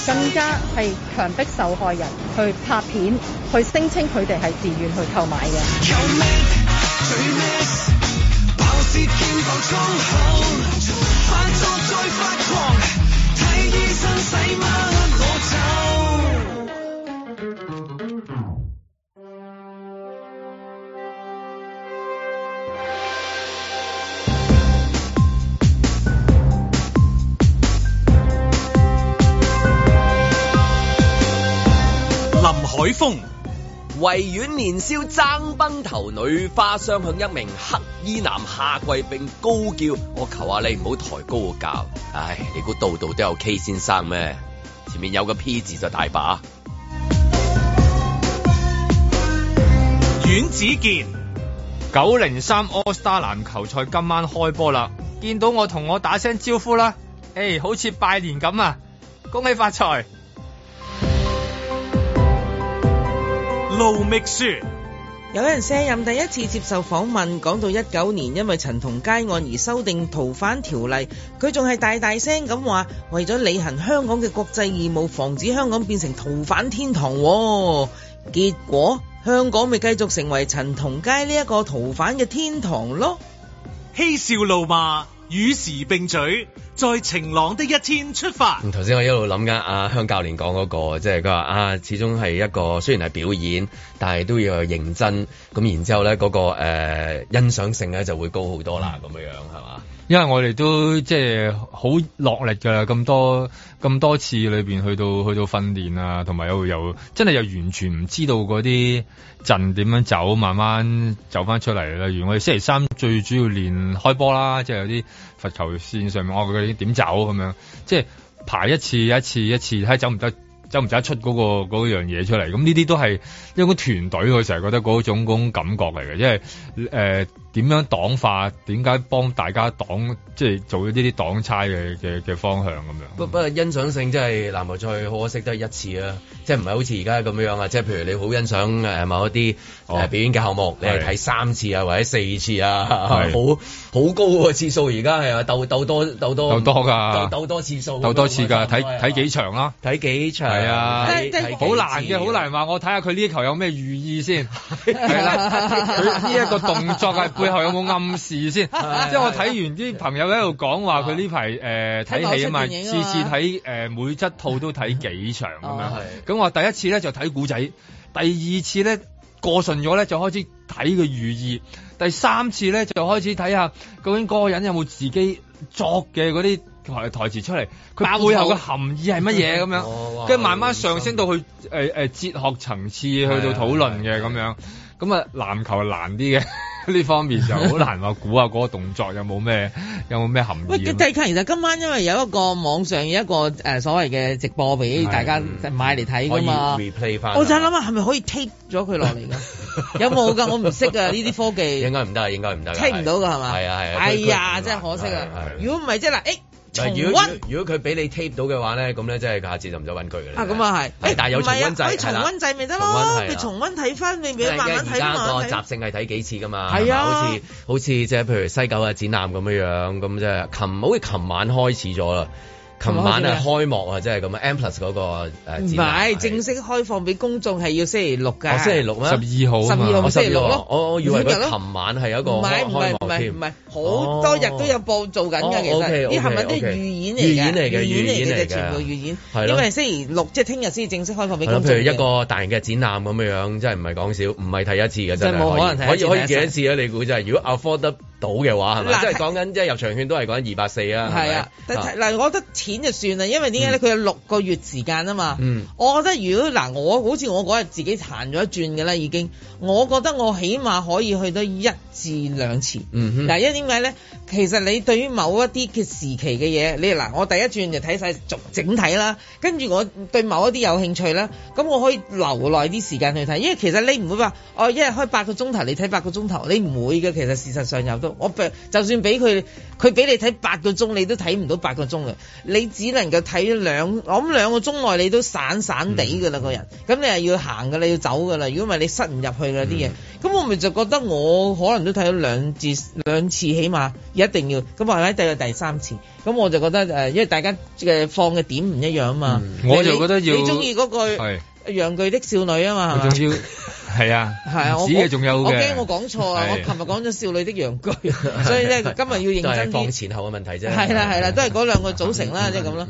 更加係強迫受害人去拍片，去聲稱佢哋係自願去購買嘅。林海峰、維園年宵爭崩頭女花相向一名黑衣男下跪並高叫：我求下你唔好抬高個價。唉，你估度度都有 K 先生咩？前面有個 P 字就大把。阮子健、九零三 All Star 籃球賽今晚開波啦！見到我同我打聲招呼啦，誒、好似拜年咁啊！恭喜發財！盧覓雪。有人卸任第一次接受訪問，講到一九年因為陳同佳案而修訂逃犯條例，佢仲係大大聲咁話，為咗履行香港嘅國際義務，防止香港變成逃犯天堂喎。結果香港咪繼續成為陳同佳呢一個逃犯嘅天堂咯。嬉笑怒罵，與時並舉，在晴朗的一天出發。嗯咁頭先我一路諗緊阿香教練講嗰、個，即係佢話啊，始終係一個雖然係表演，但係都要有認真。咁然之後咧，嗰、個、呃、欣賞性咧就會高好多啦。咁樣樣係嘛？因為我哋都即係好落力㗎啦，咁多咁多次裏邊去到去到訓練啊，同埋又又真係又完全唔知道嗰啲陣點樣走，慢慢走翻出嚟。例如我哋星期三最主要練開波啦，即係有啲罰球線上面，我佢哋點走咁樣，即係排一次一次一次，睇下走唔得。走唔走得出嗰、個嗰樣嘢出嚟，咁呢啲都係因為個團隊，我成日覺得嗰種嗰種感覺嚟嘅，呃因為誒點樣黨化，點解幫大家黨，即係做呢啲黨差嘅嘅嘅方向咁樣。不不過欣賞性真係籃球賽好可惜得一次啊！即係唔係好似而家咁樣啊？即係譬如你好欣賞誒某一啲哦誒表演嘅項目，你係睇三次啊或者四次啊， 好好高個次數而家係啊，鬥鬥多鬥多鬥多㗎鬥鬥多次數，鬥多次㗎，睇睇幾場啊啦，睇幾場係啊，睇睇幾好難次啊嘅，好難話我睇下佢呢球有咩寓 意先，係啦，佢呢一個動作係背後有冇暗 示先，即係我睇完啲朋友喺度講話佢呢排誒睇戲啊睇嘛，網上電影啊次嘛次睇誒每則套都睇幾場咁樣哦，咁我第一次咧就睇古仔，第二次咧過順咗咧就開始睇個寓意，第三次咧就開始睇下究竟嗰個人有冇自己作嘅嗰啲台台詞出嚟，佢背後嘅含義係乜嘢咁樣。哦哇跟住慢慢上升到去誒誒哲學層次去到討論嘅咁樣，咁啊籃球係難啲嘅， 呢方面就好難話估下嗰個動作有冇 咩有冇咩含喂，義嘅咁。第其實今晚因為有一個網上有一個誒、呃所謂嘅直播俾大家買嚟睇㗎嘛可以 replay 返啊我就諗下係咪可以 tape 咗佢落嚟㗎？有冇㗎？我唔識㗎呢啲科技 應該唔得，應該唔得㗎。 ，tape 唔到㗎係嘛？係啊係啊。哎佢呀，佢真係可惜啊係！如果唔係即係嗱，誒重嗱如果温。如果佢俾你 tape 到嘅話咧，咁咧真係下次就唔使揾佢嘅啦。啊，咁啊係，係但係有唔重係啊温制，可以重係啦温制咪得重溫咯係，啦你重温睇翻，你咪慢慢而睇家慢個慢睇。習性係睇幾次噶嘛，係啊係咪好似好似即係譬如西九嘅啊展覽咁樣樣，咁即係琴好似琴晚開始咗啦，琴晚係開幕啊，即係咁啊，M Plus 嗰個誒展唔覽係正式開放俾公眾係要星期六㗎，我星期六咩？哦12號啊嘛12號我星期六咯我哦我以為五日佢咯琴晚係有一個唔係開唔開係幕唔係添唔。係，好多日都有播做緊㗎，其實啲行文都係預演嚟嘅，預演嚟嘅，嘅啫，全部預演。係因咯為星期六即係聽日先正式開放俾係咯公眾譬如嘅。一個大型嘅展覽咁樣樣，真係唔係講少，唔係睇一次嘅真係真係冇可可以能睇可一次以可睇以一幾多世次啊？你估真係如果 afford 得到嘅話係咪？嗱即係講緊即係入場券都係講緊二百四啊，係啊，但係咪嗱，我覺得錢就算啦，因為點解咧？佢有六個月時間啊嘛。嗯我覺得如果嗱，我好似我嗰日自己行咗一轉嘅啦，已經，我覺得我起碼可以去到一至兩次。嗯哼嗱，因為點解咧？其實你對於某一啲嘅時期嘅嘢，你嗱，我第一轉就睇晒整整體啦，跟住我對某一啲有興趣啦，咁我可以留耐啲時間去睇，因為其實你唔會話哦一日開八個鐘頭，你睇八個鐘頭，你唔會嘅。其實事實上有都，我俾就算俾佢，佢俾你睇八個鐘，你都睇唔到八個鐘嘅，你只能夠睇兩，我諗兩個鐘內你都散散地㗎啦個嗯人，咁你又要行㗎啦，要走㗎啦，如果唔係你塞唔入去㗎啲嘢。嗯咁我咪就覺得我可能都睇咗兩至兩次，起碼一定要咁話咧，第到第三次，咁我就覺得誒、呃因為大家嘅放嘅點唔一樣啊嘛。嗯我你就覺得要你中意嗰句係陽具的少女啊嘛，係佢嘛仲要係啊，係啊，我唔止嘅仲有我嘅驚我講錯啊！係我琴日講咗少女的陽 具，所以咧今日都要認係真放啲。前後嘅問題啫。係啦係啦，都係嗰兩個組成啦，即係咁啦。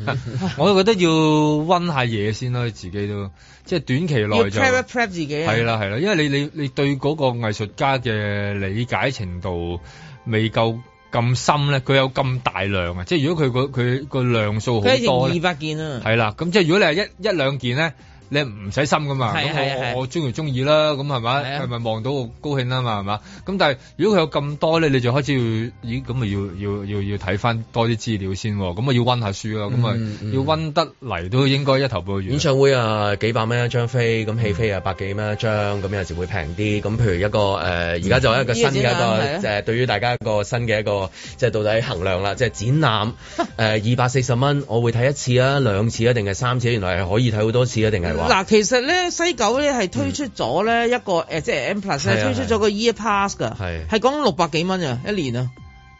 我就覺得要温下嘢先咯，自己都即係短期要內就 prep 一 prep 自己啊。係啦係啦，因為你你你對嗰個藝術家嘅理解程度未夠咁深咧，佢有咁大量啊，即係如果佢個佢個量數好佢一多定呢二百件啊。係啦，咁即係如果你係一一兩件咧，你唔使心噶嘛。係啊係啊係咁啊我我中意中意啦，咁係咪？係咪望到我高興啦嘛？係嘛？咁但係如果佢有咁多咧，你就開始要咦咁咪要要要要睇翻多啲資料先喎。咁啊要温下書啦，咁嗯啊嗯要温得嚟都應該一頭半個月演。唱會啊，幾百蚊一張飛，咁戲飛啊百幾蚊一張，咁有時會平啲。咁譬如一個誒，而家嗯就有一個新嘅一呢個展覽個係誒，對於大家一個新嘅一個即係到底衡量啦，即係展 覽誒二百四十蚊，我會睇一次啊、兩次啊，定係三次？原來係可以睇好多次啊，定係話嗱，其實咧西九咧係推出咗咧一個誒、呃即係 M Plus 係咧啊推出咗個 Year Pass 㗎，係係講六百幾蚊啊一年啊，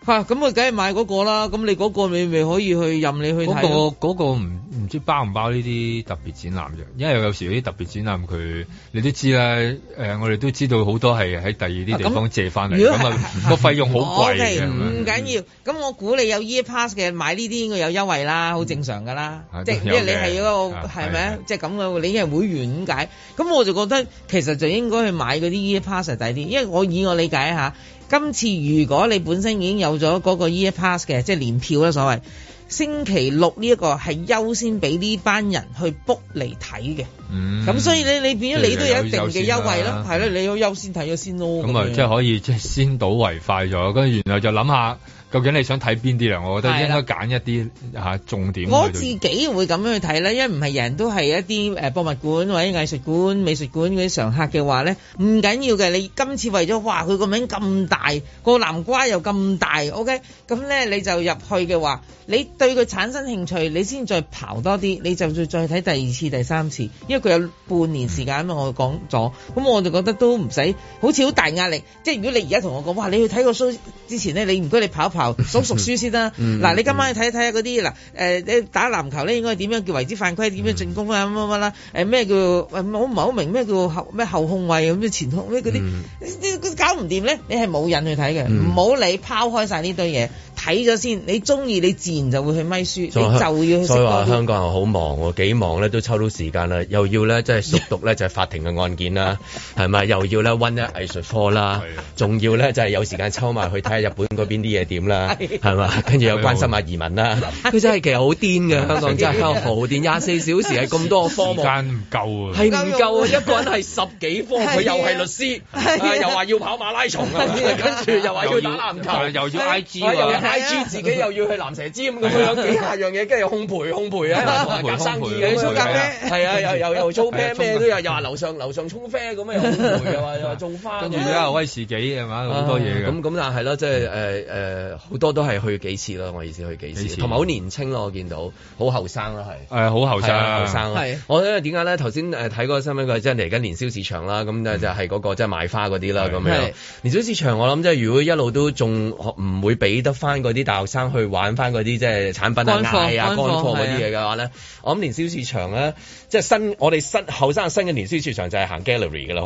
嚇咁佢梗係買嗰個啦，咁你嗰個你咪可以去任你去嗰、睇個咯。嗰、個唔唔知包唔包呢啲特別展覽啫，因為有時有啲特別展覽佢你都知啦，誒、我哋都知道好多係喺第二啲地啊方咁借翻嚟，如果咁啊個費用好貴哦 OK，嘅。啊嗯唔緊要，咁我估你有 Year Pass 嘅買呢啲應該有優惠啦，好正常㗎啦係，即係啊都因為有你嘅係嗰個啊係咪啊係係即係咁嘅，你係會員咁解。咁我就覺得其實就應該去買嗰啲 Year Pass 係抵啲，因為我以我理解下，今次如果你本身已經有咗嗰個 Year Pass 嘅，即係年票啊啦所謂。星期六呢一個係優先俾呢班人去 book 嚟睇嘅，咁、嗯所以你你變咗你都有一定即嘅係你有優惠啦優先啦，係咯，你要優先睇咗先咯。咁啊，樣即係可以即係先睹為快咗，跟住然後就諗下究竟你想睇邊啲啦。我覺得係啦應該揀一啲嚇重點去到。我自己會咁樣去睇咧，因為唔係人都係一啲誒博物館或者藝術館、美術館嗰啲常客嘅話咧，唔緊要嘅。你今次為咗哇佢個名咁大，個南瓜又咁大，OK，咁咧你就入去嘅話，你對佢產生興趣，你先再刨多啲，你就再再睇第二次、第三次，因為佢有半年時間啊嘛，我講咗，咁我就覺得都唔使好似好大壓力。即係如果你而家同我講，哇，你去睇個 show 之前咧，你唔該你刨一刨數熟書先啦。嗯嗱，你今晚去睇一睇下嗰啲嗱，誒你打籃球咧應該點樣叫為之犯規，嗯點樣進攻啊乜乜乜啦，誒咩叫誒我唔係好明咩叫後咩後控衞咁嘅前控咩嗰啲，嗯你你搞唔掂咧，你係冇癮去睇嘅，嗯唔好理拋開晒呢堆嘢，睇咗先，你中意你自然就會去咪書，你就所以要去食所以話多啲香。港人好忙喎，幾忙咧都抽到時間啦，又要咧即係熟讀咧就係法庭嘅案件啦，係咪？又要咧温咧藝術科啦，啊仲要咧就係有時間抽埋去睇下日本嗰邊啲嘢點啦，係嘛？跟住又關心下移民啦，啊佢真係其實好癲嘅香港，真係香港好癲，廿四小時係咁多個科目。唔夠啊，係唔夠啊！一個人係十幾科，佢又係律師， 係啊啊又話要跑馬拉松 啊，跟住 又話要打籃球，又要又要 IG 啊喎又要 IG，自己又要去藍蛇尖咁樣，幾下樣嘢，跟住又烘焙烘焙啊，烘焙夾生意烘嘅，焙做係啊係啊，又又又租係 pair 啊咩都有，又話樓上樓上沖啡咁樣，又烘焙又話又話種花，跟住咧啊 威士忌係嘛，好多嘢嘅。啊咁咁但係啦，即係誒誒，好多都係去幾次啦。我意思去幾幾次次，同埋好年青咯，我見到好後生啦，係誒好後生係啊後生啦係。我因為點解咧？頭先誒睇嗰個新聞，佢即係嚟緊年宵市場啦，咁就係嗰個即係賣花嗰啲啦，咁樣嗯係年宵市場我諗即係如果一路都仲呃唔會俾得翻嗰啲大學生去玩翻嗰啲即係產品啊、乾貨嗌啊、乾乾貨貨嗰啲嘢嘅話咧，我諗年宵市場咧，即係新我哋新後生新嘅年宵市場就係行 gallery 㗎啦，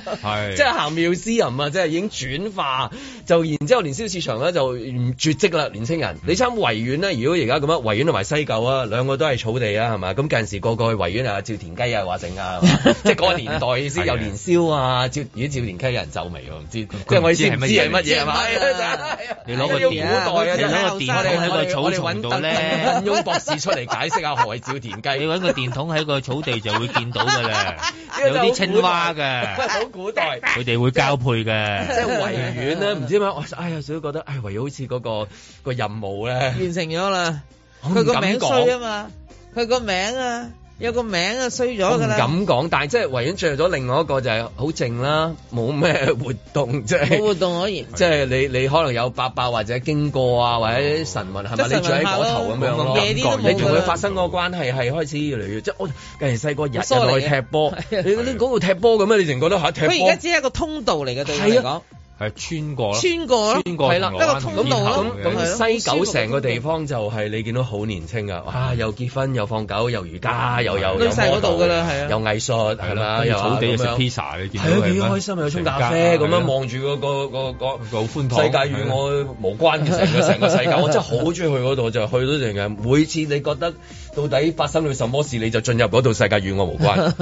開始。係即係行妙思人啊！即係已經轉化，就然之後年宵市場咧就唔絕跡啦，年青嗯人。你參維園咧，如果而家咁樣，維園同埋西九啊，兩個都係草地啊，係嘛？咁近時個個去維園啊，照田雞啊，話整啊，係 嘛即係嗰個年代先有年宵啊，照如果照田雞有人皺眉喎，唔知即係我意思唔知係乜嘢係嘛？啊啊你攞個要古電代啊，你攞個電筒喺個草叢度咧金庸博士出嚟解釋下何謂照田 雞。，你揾個電筒喺個草地就會見到㗎啦 有啲青蛙嘅，好古代。佢哋會交配 即係嘅。維園咧，唔知點解，我哎呀，少少覺得，哎，維園好似嗰個個任務咧，完成咗啦，我唔佢個敢名講衰啊嘛，佢個名啊，有個名啊衰我咗唔㗎啦。敢講，但係即係維園着咗另外一個就係好靜啦，冇咩活動，即冇活係動可言，即係你你可能有伯伯或者經過啊，或者神文係咪？即係你住喺嗰頭咁神文樣下咯，咯夜啲都冇㗎啦你同佢發生個關係係開始越嚟越，即係我近年細個日疏離日落去踢 波，你你嗰度踢波咁樣，你淨覺得嚇踢佢而波啊家。只係一個通道嚟嘅，對我嚟講。係穿過啦，啊穿過咯穿過係啦銅鑼一個灣通道咯同咁係天后嘅咯咁西九成個地方就係你見到好年青噶，哇！又結婚又放狗又瑜伽又又堆晒嗰度㗎啦係啊有藝術係嗯啊係嘛，啦，又有草地又食咁樣 pizza，你見到係啊，幾咩開心又沖咖啡咁樣，啊望住個個個個好寬敞，世界與我無關嘅成個成個世 界，我真係好中意去嗰度，就去到成日每次你覺得到底發生咗什麼事，你就進入嗰度世界與我無 關。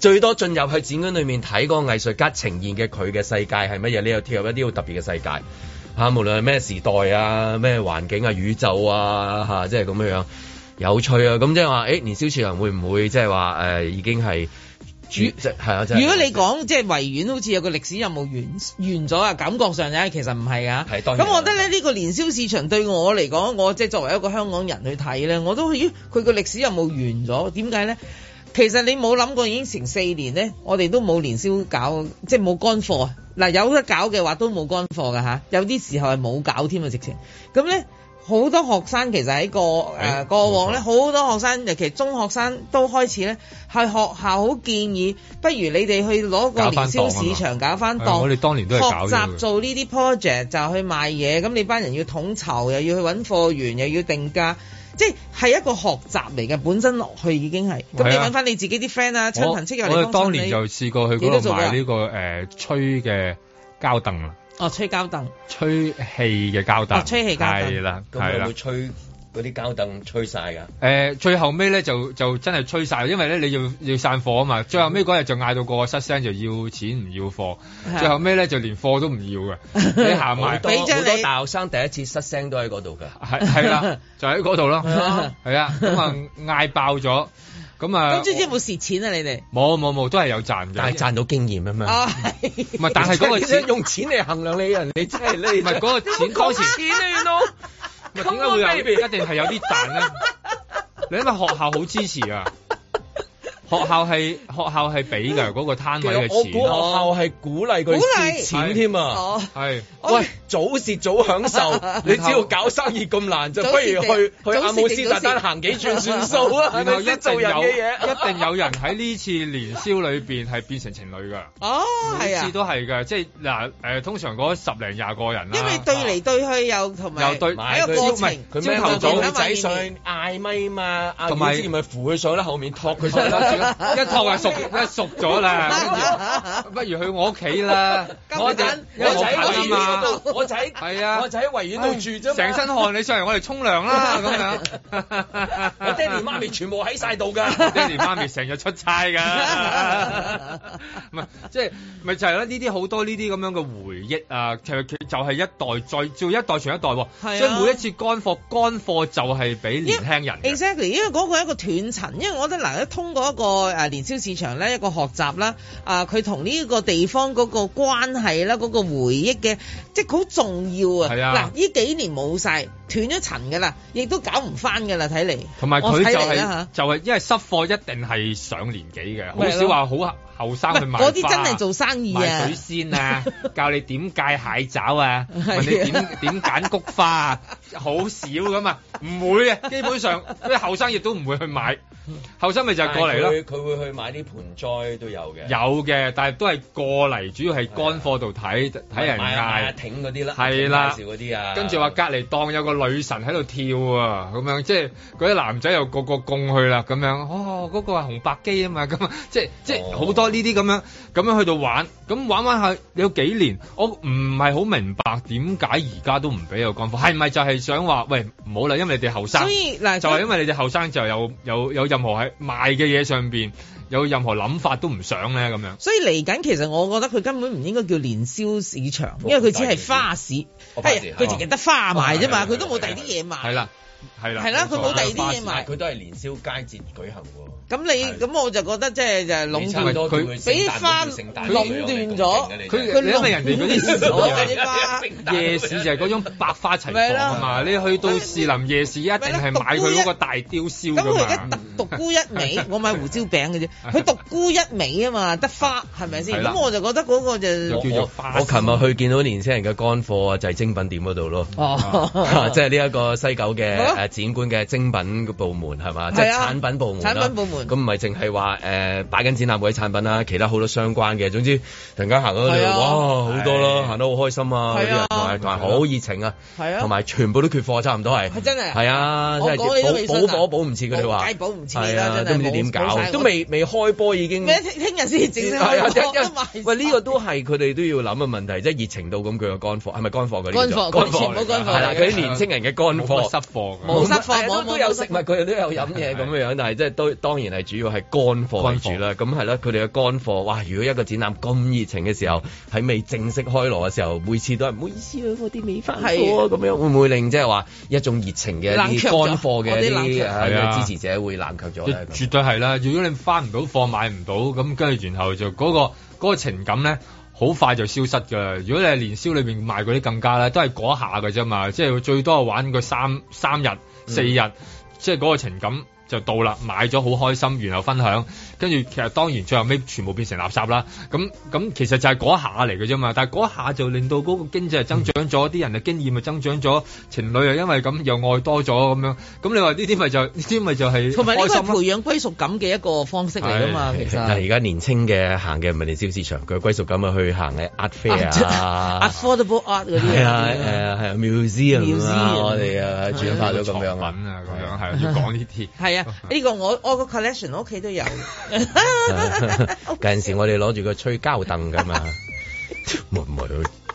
最多進入去展館裏面睇嗰個藝術家呈現嘅佢嘅世界係乜嘢，你又跳入一啲好特別嘅世界。嚇，無論係咩時代啊、咩環境啊、宇宙啊，嚇、即係咁樣樣有趣啊！咁即係話，誒、年少少人會唔會即係話誒已經係主即係係啊？即係如果你講即係維園好似有個歷史任務完完咗啊，感覺上咧其實唔係啊。係當然咁我覺得咧呢個年宵市場對我嚟講，我即係作為一個香港人去睇咧，我都咦佢個歷史任務完咗，點解咧？其實你冇諗過已經成四年咧，我哋都冇年宵搞，即係冇乾貨啊！嗱，有得搞嘅話都冇乾貨㗎吓，有啲時候係冇搞添啊，直情。咁咧好多學生其實喺個誒、呃誒過往咧，好多學生尤其中學生都開始咧，係學校好建議，不如你哋去攞個搞年返宵檔啊市場搞翻係啊檔。我哋當年都係搞學呢個習做呢啲 project 就去賣嘢，咁你班人要統籌，又要去揾貨源，又要定價。即係一個學習嚟嘅，本身落去已經係。咁係你啊揾翻你自己啲 friend 啊、親我朋戚友我嚟哋當幫襯年你。就試過去你都嗰度做過啊買呢個誒吹嘅膠凳啦，哦，吹膠凳，吹氣嘅膠凳哦，吹氣膠凳係啦，咁係有啦冇。吹嗰啲膠凳吹晒㗎？誒、最後尾咧就就真係吹晒，因為咧你要要散貨啊嗯嘛。最後尾嗰日就嗌到個個失聲，就要錢唔要貨係。最後尾咧就連貨都唔 要嘅，你好行埋多俾好張多你大學生第一次失聲都喺嗰度㗎。係 係啦，就喺嗰度咯。係啊係啊，咁啊嗌爆咗，咁啊咁最知有冇蝕錢啊？你哋冇冇冇都係有賺嘅，但係賺到經驗啊嘛， 啊，唔係但係嗰個即係錢用錢嚟衡量你人，你真係你唔係嗰個錢當時錢啊，原來啊咪點解會有一定係有啲賺咧？ 你因為學校好支持啊，學校係學校係俾嘅嗰個攤嗯其位實我嘅估錢學咯，校係鼓勵佢鼓勵蝕錢添啊。哦，係我喂，早蝕早享受，你只要搞生意咁難，就早不如蝕去早去阿姆斯特丹早蝕行幾轉算數啊！係 然咪後一定有先做人嘅嘢？一定有人喺呢次年宵裏邊係變成情侶㗎， 哦，每係啊次，都係㗎，即係嗱誒，通常嗰十零廿個人啦，啊因為對嚟對去又同埋又對係一個過程，佢朝頭咩早女仔上嗌咪嘛，阿同埋 阮之咪扶佢上啦，後面托佢上啦，啊一托就熟，一熟 咗啦，不如不如去我屋企啦。我仔因為我我仔喺近啊維園嘛，度，我仔係啊，我仔喺維園度住啫嘛，成身汗，你上嚟我哋沖涼啦咁樣。 我爹哋媽咪全部喺晒度㗎。爹哋媽 咪成日出差 㗎，唔係即係咪就係咧？呢啲好多呢啲咁樣嘅回憶啊，其實佢就係一代再照一代傳一代喎，係啊所以每一次乾貨乾貨就係俾年輕人嘅。 Exactly，因為嗰個係一個斷層，因為我覺得嗱，通過一個誒年宵市場咧，一個學習啦，啊，佢同呢個地方嗰個關係啦，嗰、個回憶嘅，即係好重要啊！係啊嗱，呢幾年冇晒，斷咗層㗎啦，亦都搞唔翻㗎啦，睇嚟。同埋佢我睇就嚟係、啦就係、因為濕貨一定係上年紀嘅，咪好係少話咯好後嚇生去賣嗰啲花啊真係做生意賣哎啊水！仙啊，教你點戒蟹爪啊，係啊問你點點揀菊花啊，好少咁啊，唔會 嘅，基本上啲後生亦都唔會去買，後生咪就係過嚟咯。但係佢佢會去買啲盆栽都有嘅，有嘅，但係都係過嚟，主要係乾貨度睇睇人買啊買啊嗌挺嗰啲啦係啦，挺介紹嗰啲啊跟住話隔離檔有個女神喺度跳啊，咁樣即係嗰啲男仔又個個供去啦，咁樣哦，嗰、個係紅白機啊嘛，咁啊即係即哦係好多呢啲咁樣咁樣去到玩，咁玩玩下有幾年，我唔係好明白點解而家都唔俾有乾貨，係咪就係想話喂唔好啦，因為你哋後生，所以嗱就係因為你哋後生就有有有任何喺賣嘅嘢上邊有任何諗法都唔想咧咁樣。所以嚟緊其實我覺得佢根本唔應該叫年宵市場，因為佢只係花市，哦花市係啊佢淨係得花賣啫嘛，佢都冇第二啲嘢賣。係啦，係啦，係啦佢冇第二啲嘢賣但係佢都係年宵佳節舉行喎。咁你咁我就覺得即係就係壟差唔多叫斷，佢俾聖誕花都叫聖誕壟斷咗你，佢佢因為人哋嗰啊啲壟 斷咗啲花市場夜市就係嗰種百花齊放啊嘛，你去到士林夜市一定係買佢嗰個大雕燒咁佢而㗎家嘛。獨孤一味，我買胡椒餅嘅啫，佢獨孤一味啊嘛，得花係咪係先？啦咁我就覺得嗰個就我啊琴日去見到年青人嘅乾貨啊，就係精品店嗰度咯。哦啊即係呢一個西九 係嘅咯誒展館嘅精品部門係嘛，即係啊係啊產品部門啦。產品部門咁唔係淨係話誒擺緊展覽嗰啲產品啦，其他好多相關嘅。總之突然間行到嗰係度，啊哇好多咯，行得好開心啊！嗰啲係人啊同埋同埋好熱情啊，係啊同埋全部都缺貨，差唔多係。係真係係啊，我真係講你都未補信補啊貨補唔切佢哋話，冇計補唔切係啊啦真係都唔知點冇冇搞晒，都未未開波已經。咩？聽聽日先正式係啊開即波係因為都賣喂，呢個都係佢哋都要諗嘅問題，即係熱情到咁，佢嘅乾貨係咪乾貨嗰啲乾叫做？貨全部乾貨係啦，嚟嘅佢啲年青人嘅乾貨，冇乜濕貨㗎冇濕貨係冇都冇都有冇食濕物，佢哋都有飲嘢咁樣樣，但係即係都當然係主要係乾貨為主啦。咁係啦，佢哋嘅乾貨，哇！如果一個展覽咁熱情嘅時候，喺未正式開鑼嘅時候，每次都係唔好意思啊，我啲未翻貨啊係咁樣，會唔會令即係話一種熱情嘅冷啲卻咗乾貨我嘅哋冷卻啲咗啊係啊支持者會冷卻咗咧？咁絕對係啦，如果你翻唔到貨買唔到，咁跟住然後就嗰、個嗰個情感咧。好快就消失㗎啦！如果你係年宵裏面賣嗰啲更加啦，都係嗰一下㗎啫嘛，即係最多玩個三三日四日，嗯即係嗰個情感就到啦，買咗好開心，然後分享，跟住其實當然最後尾全部變成垃圾啦。咁咁其實就係嗰一下嚟嘅啫嘛，但係嗰一下就令到嗰個經濟係增長咗，啲人嘅經驗咪增長咗，情侶又因為咁又愛多咗咁樣。咁你話呢啲咪就呢啲咪就係同埋呢開個係心咯培養歸屬感嘅一個方式嚟㗎嘛，啊係其但係實而家年青嘅行嘅唔係年宵市場，佢嘅歸屬感啊去行嘅 art fair 啊。 affordable art 嗰啲係啊，嘢。誒係啊 museum 啊 Museum 我哋啊轉化到咁樣啊，啊咁樣係要講呢 啲。係啊，呢個我我個 collection 我屋企都有。啊有陣時我哋攞住個吹膠凳㗎嘛， 唔係唔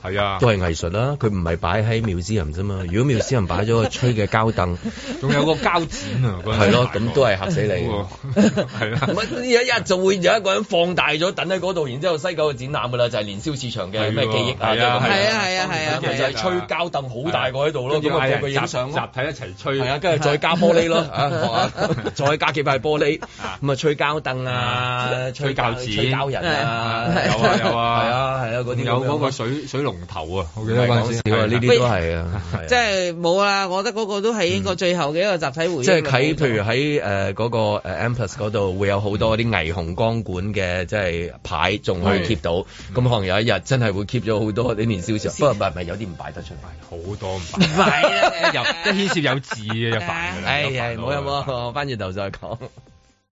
係，係啊都係藝術啦。佢唔係擺喺 museum 啫嘛。如果 museum 擺咗個吹嘅膠凳，仲有個膠剪啊，嗰陣係時咯，買咁過都係嚇死你。係啦。唔係呢一日就會有一個人放大咗，等喺嗰度，然之後西九嘅展覽㗎啦，就係年宵市場嘅咩記憶啊，即係咁樣係啊係啊係啊係啊就係啊係吹膠凳好大個喺度咯，跟住咁啊嗌個個人影相集咯集。體一齊吹，係啊，跟住再加玻 璃咯，啊再加幾塊玻璃，咁啊吹膠凳啊，吹吹膠膠紙吹膠人啊，有啊有啊，係啊係啊，嗰啲有咁樣嗰個水水龍頭啊，我記唔係得嗰陣講時笑啊，呢啲都係啊，係啊即係冇啦，我覺得嗰個都係一個最後嘅一個集體回憶。嗯即係喺譬如喺誒嗰個誒 M Plus 嗰度會有好多啲霓虹光管嘅即係牌仲可以 keep 到，咁嗯可能有一日真係會 keep 咗好多啲年宵市場，不過唔係唔係有啲唔擺得出嚟。好多唔唔係啦，又一牽涉 有字嘅就煩㗎啦。啊哎有煩呀，惱冇有㗎啦冇，翻轉頭再講。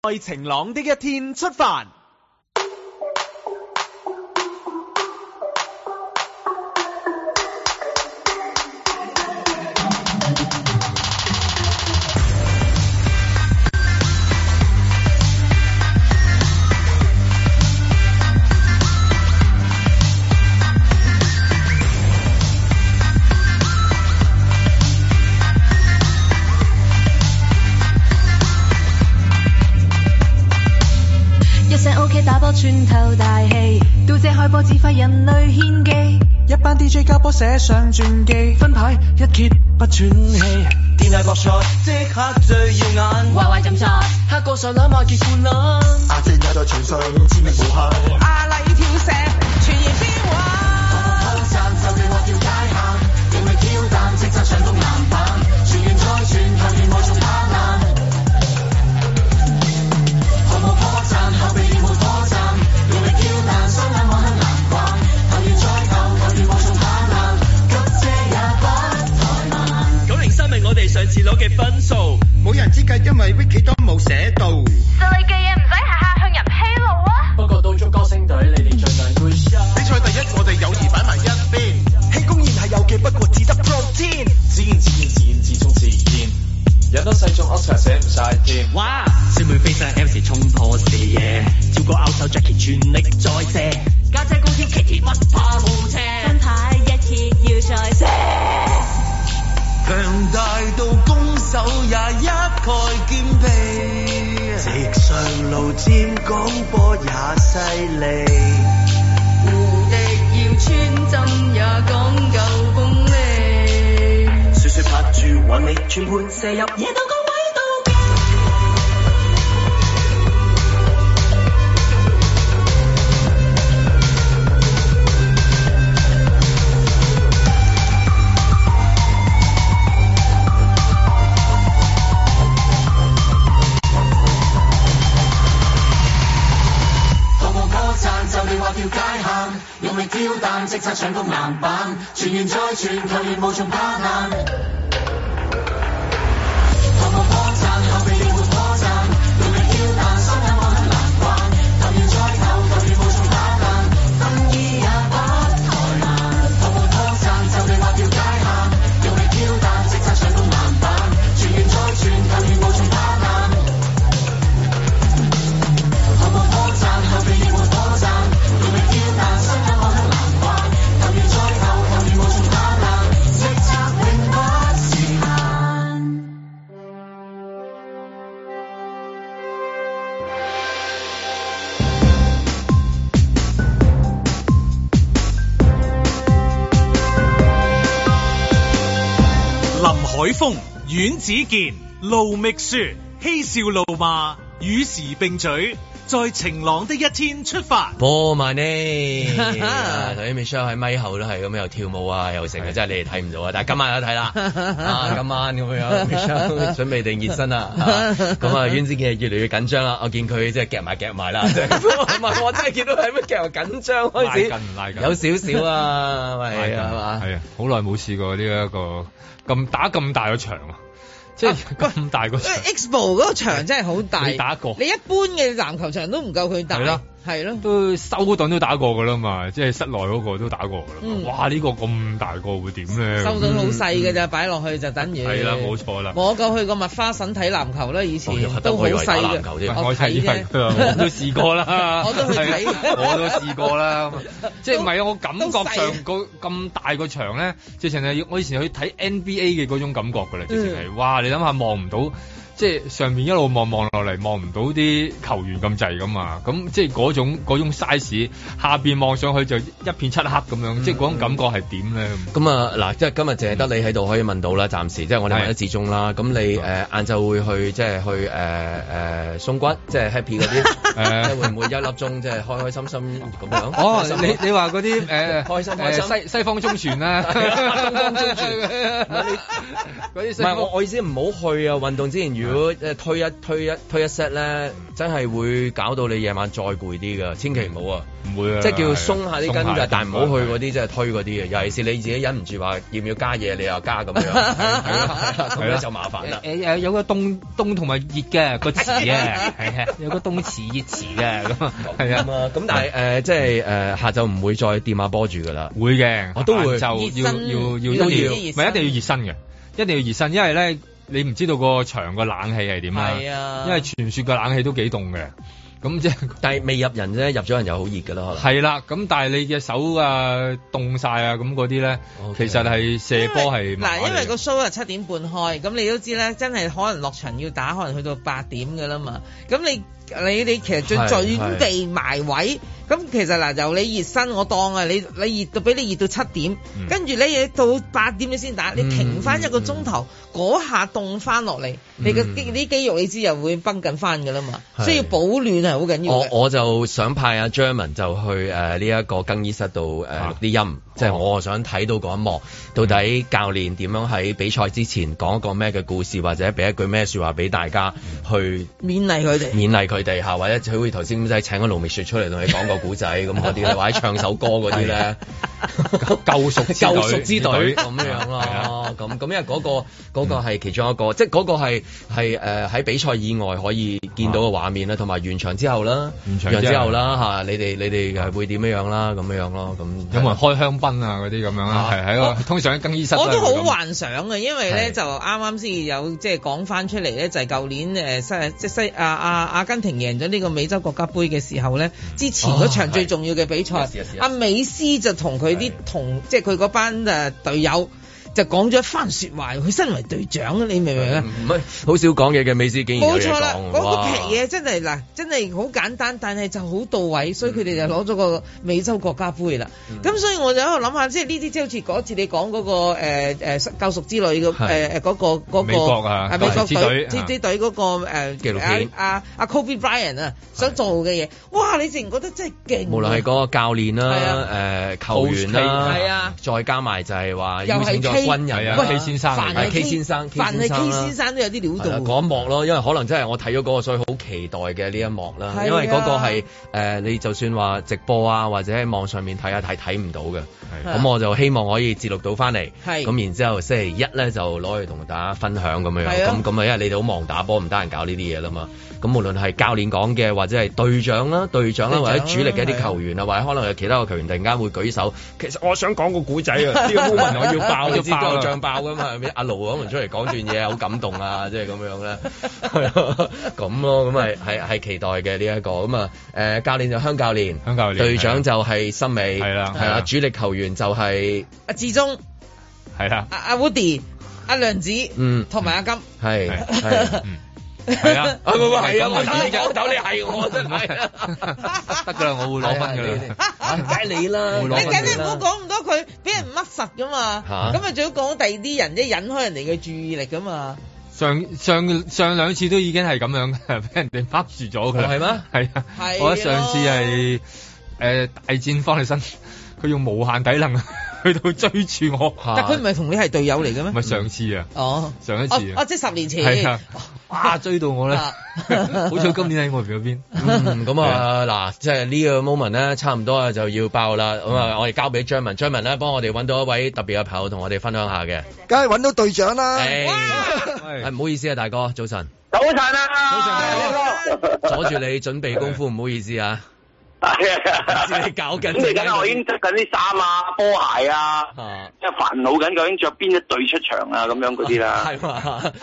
在晴朗的一天出發。天波指揮人類獻技，一班 DJ 加波寫上傳記，分牌一揭不喘氣，電係博錯，即刻最耀眼。 YY 浸沙，黑過上攬馬傑冠啦。阿姐踩在牆上，知名無限。阿麗跳石，傳言邊話？站就令我叫街喊，仍未挑擔，叱咤上東南版，全員再傳，後面我仲貪婪。毫無破綻，後備要冇破綻，仍未挑擔，雙眼我向南逛，後面再鬥，後面我仲貪婪，急車也不怠慢。九零三係我哋上次攞嘅分數，冇人知計，因為 Wiki 都冇寫到。就你嘅嘢唔使下下向人披露啊！不過到咗歌星隊，你哋最難 good shot。比賽第一，我哋友誼擺埋一邊。氣功然係有嘅，不過只得 protein。自然自然自然自中自然。人多勢眾，Oscar 寫唔晒添。哇！啊小妹飛上 M 時衝破視野，超過 out 手 Jackie 全力再射。家姐高挑 Kitty 不怕冇車，分牌一揭要再射。強大到攻守也一概兼備，直上路尖廣播也犀利。無敵要穿針也講究功力，雪雪拍住韻你全盤射入野鬥高位度。同我歌讚就你話叫街喊，用力挑擔，即刻搶攻籃板，傳完再傳，球員無從拋難。同我歌讚，後備你沒歌讚，用力挑擔，心眼我很難慣，球員再投，球員無從打爛，分衣也不怠慢。同我歌讚就你話叫街喊，用力挑擔，即刻搶攻籃板，傳完再傳，球員無從拋難。後冇波站，後邊亦冇波站，用力挑彈，身體我向南慣，後面再後，後面無從打爛，叱咤永不是限。林海峰、阮子健、盧覓雪，嬉笑怒罵，與時並舉，在晴朗的一天出發。波曼呢？啊頭先 Michelle 喺咪後都係咁又跳舞啊，又成啊，真係你哋睇唔到啊！但係今晚有得睇 啦，啊今晚咁樣 Michelle 準備定熱身啦，啊咁 啊阮子健越嚟越緊張啦，啊我見佢即係夾埋夾埋啦，即係唔係我真係見到係咩夾埋緊張開始，拉筋拉筋有少少 啊，咪係嘛？係啊，好耐冇試過呢一個咁打咁大個場啊，即係 咁大個場。 Expo 嗰個場真係好大， 你打過你一般嘅籃球場都唔夠佢大，係啦係咯，都修頓都打過噶啦嘛，即係室內嗰個都打過噶啦。嗯哇！呢、個咁大個會點咧？收到好細嘅咋，擺落去就等於嗯係啦，冇錯啦。我哦夠去過麥花臣睇籃球啦，以前都好細嘅，我我睇睇以為啫佢 ，話我都試過啦我都去睇係啊我都試過啦。 即係唔係啊？我感覺上個咁大個場咧，直情係我以前去睇 NBA 嘅嗰種感覺嗯㗎啦，直情係哇！你諗下望唔到。即係上面一路望望落嚟，望唔到啲球員咁滯噶嘛，咁即係嗰種嗰種 size，下邊望上去就一片漆黑咁樣，嗯即係嗰種感覺係點 咧？咁啊嗱，即係今日淨係得你喺度可以問到啦，暫時即係我哋問得至中啦。咁你誒晏晝會去即係去誒誒鬆骨，即係 happy 嗰啲，即係會唔會一粒鐘即係開開心心咁樣？哦開，心你你話嗰啲誒開心誒開心西西方中船啊 啦，東方 中船嗰啲唔係我我意思唔好去啊！運動之前如果誒推一推一推一 set 咧，真係會搞到你夜晚再攰啲噶，千祈唔好啊！唔會啊，即係叫鬆下啲筋鬆下㗎啲，啊但係唔好去嗰啲即係推嗰啲嘅，啊尤其是你自己忍唔住話要唔要加嘢，你又加咁 樣，係啦，咁咧就麻煩啦。誒誒有個凍凍同埋熱嘅個詞啊，係啊，有個凍詞熱詞嘅咁啊，係啊，咁但係誒、呃即係誒、呃下晝唔會再掂下波住㗎啦。會嘅，我都會晏晝要要要都一定要要，唔係一定要熱身嘅，一定要熱身，因為咧你唔知道個場個冷氣係點啦，係啊因為傳説個冷氣都幾凍嘅，咁即係但係未入人啫，入咗人又好熱㗎啦，可能。係啦，咁但係你嘅手啊凍晒啊，咁嗰啲咧，其實係射波係麻麻嗱，因為地個 show 係七點半開，咁你都知咧，真係可能落場要打，可能去到八點噶啦嘛。咁你你哋其實最係準備埋位。咁其實嗱，由你熱身，我當啊，你你熱到俾你熱到七點，嗯跟住咧到八點你先打，你停翻一個鐘嗯頭，嗰、下凍翻落嚟，你嘅肌啲肌肉你知又會崩緊翻㗎啦嘛，係所以保暖係好緊要我嘅。我就想派阿 German 就去誒呢一個更衣室度誒錄啲音，即係我想睇到嗰一幕，到底教練點樣喺比賽之前講一個咩嘅故事，或者俾一句咩説話俾大家去勉勵佢哋。勉勵佢哋嚇，或者佢好似頭先咁仔請個盧覓雪出嚟同你講個古仔咁嗰啲咧，或者唱首歌嗰啲咧，救贖之隊救贖之隊咁樣咯。咁咁因為嗰個嗰個係其中一個，即係嗰個係係誒喺比賽以外可以見到嘅畫面啦，同埋完場之後啦，完場之完後之後啦嚇，你哋你哋係會點樣樣啦咁樣樣咯，咁有冇人開香檳啊嗰啲咁樣啊？係喺個通常喺更衣室我都好係咁幻想嘅，因為咧係就啱啱先有即係講翻出嚟咧，就係舊年誒西即係西啊啊阿根廷贏咗呢個美洲國家杯嘅時候咧，之前嗰哦場係最重要嘅比賽 Yes, yes, yes，阿美斯就同佢啲同即係佢嗰班誒隊友就講咗一番説話，佢身為隊長，你明唔明啊？唔係好少講嘢嘅美斯竟然有冇嘢錯啦，講嗰個哇皮嘢真係嗱，真係好簡單，但係就好到位，嗯所以佢哋就攞咗個美洲國家杯啦。咁、所以我就喺度諗下，即係呢啲即係好似嗰次你講嗰、個誒誒、救贖之類嘅誒係誒呃嗰個嗰、個美國啊美國救贖之隊隊之之隊嗰個誒紀錄片阿阿阿 Kobe Bryant 啊想做嘅嘢，哇！你自然覺得真係勁啊，無論係嗰個教練啦、係誒、啊球員啦，係啊再加埋就係話又邀請係咗 K 軍人啦喂凡係 K 先生，凡係 K 先啦生都有啲料係啦到。嗰一幕咯，因為可能真係我睇咗嗰個，所以好期待嘅呢一幕啦係。啊因為嗰個係誒、你就算話直播啊，或者喺網上面睇下睇睇唔到嘅。係咁我就希望可以節錄到翻嚟。係咁然之後星期一咧就攞去同大家分享咁樣係樣。啊咁咁啊，因為你哋好忙打波，唔得閒搞呢啲嘢啦嘛。咁無論係教練講嘅，或者係隊長啦、隊長啦，隊長或啦者主力嘅一係啲啊球員啊，或者可能有其他個球員突然間會舉手，其實我想講個古仔啊， 呢個 moment 我要爆你知要爆啦個醬爆㗎嘛，係咪？阿啊盧可能出嚟講段嘢好感動啊，即係咁樣咧，係啊 咁咯，咁係係係期待嘅呢一個咁啊誒教練就香教練，香教練隊長就係森美，係啦係係啦啦，啊主力球員就係阿志忠、係啦，阿阿啊 Woody、阿梁子，嗯同埋阿金。係係。嗯係 啊，啊唔係係啊，我睇你講到你係我真 係得㗎啦，我會攞分㗎啦。啊，梗係你啦，你梗係唔好講咁多佢，俾人呃實噶嘛。嚇咁啊，最好講第二啲人，即係引開人哋嘅注意力噶嘛。上上上兩次都已經係咁樣嘅， 俾人哋擸住咗佢啦。哦係咩係啊係，我覺得上次咯係誒、呃大戰方力申，佢用無限體能啊 去到追住我。 但佢唔係同你係隊友嚟嘅咩？唔係上次啊，哦，上一次哦啊，哦，即係十年前。係啊，哇追 到我咧，啊好彩今年喺我邊嗰邊。嗯，咁啊嗱，即係呢個 moment 咧，差唔多啊就要爆啦。咁啊，我哋交俾張文，張文咧幫我哋揾到一位特別嘅朋友同我哋分享下嘅。 梗係揾到隊長啊啦。哎誒，係唔好意思啊，大哥，早晨，早晨啊！阻住你準備功夫，唔好意思啊。早晨，你搞 緊嚟緊啊，我已經執緊啲衫啊、波鞋啊，即係煩惱緊究竟着邊一隊出場啊，咁樣嗰啲啦。 係嘛，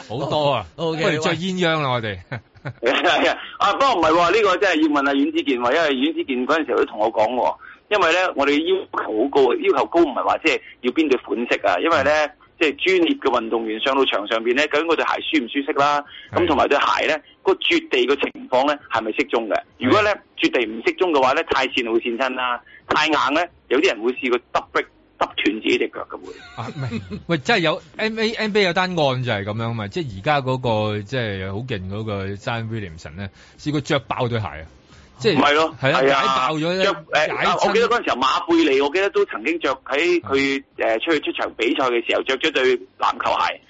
好多啊，哦不 OK，如着鴛喂鴦啦，我哋。 係啊， 啊不過唔係喎，呢個真係要問阿阮子健喎，因為阮子健嗰陣時都同我講喎，因為咧我哋要求好高，要求高唔係話即係要邊對款式啊，因為咧即係專業嘅運動員上到場上邊咧，究竟嗰對鞋舒唔舒適啦，咁同埋對鞋咧個絕地嘅情況咧係咪適中嘅？如果咧絕地唔適中嘅話咧，太跣會跣親啦，太硬咧有啲人會試過揼逼揼斷自己只腳嘅會。啊，唔係，喂，真係有 NBA NBA 有單案就係咁樣嘛，即係而家嗰個即係好勁嗰個 Zion Williamson 咧，試過着爆對鞋啊，即係唔係咯，係啊，係解爆咗咧，着誒解啊我記得親嗰陣時候馬貝利，我記得都曾經着喺佢啊誒出去出場比賽嘅時候，着咗對籃球鞋，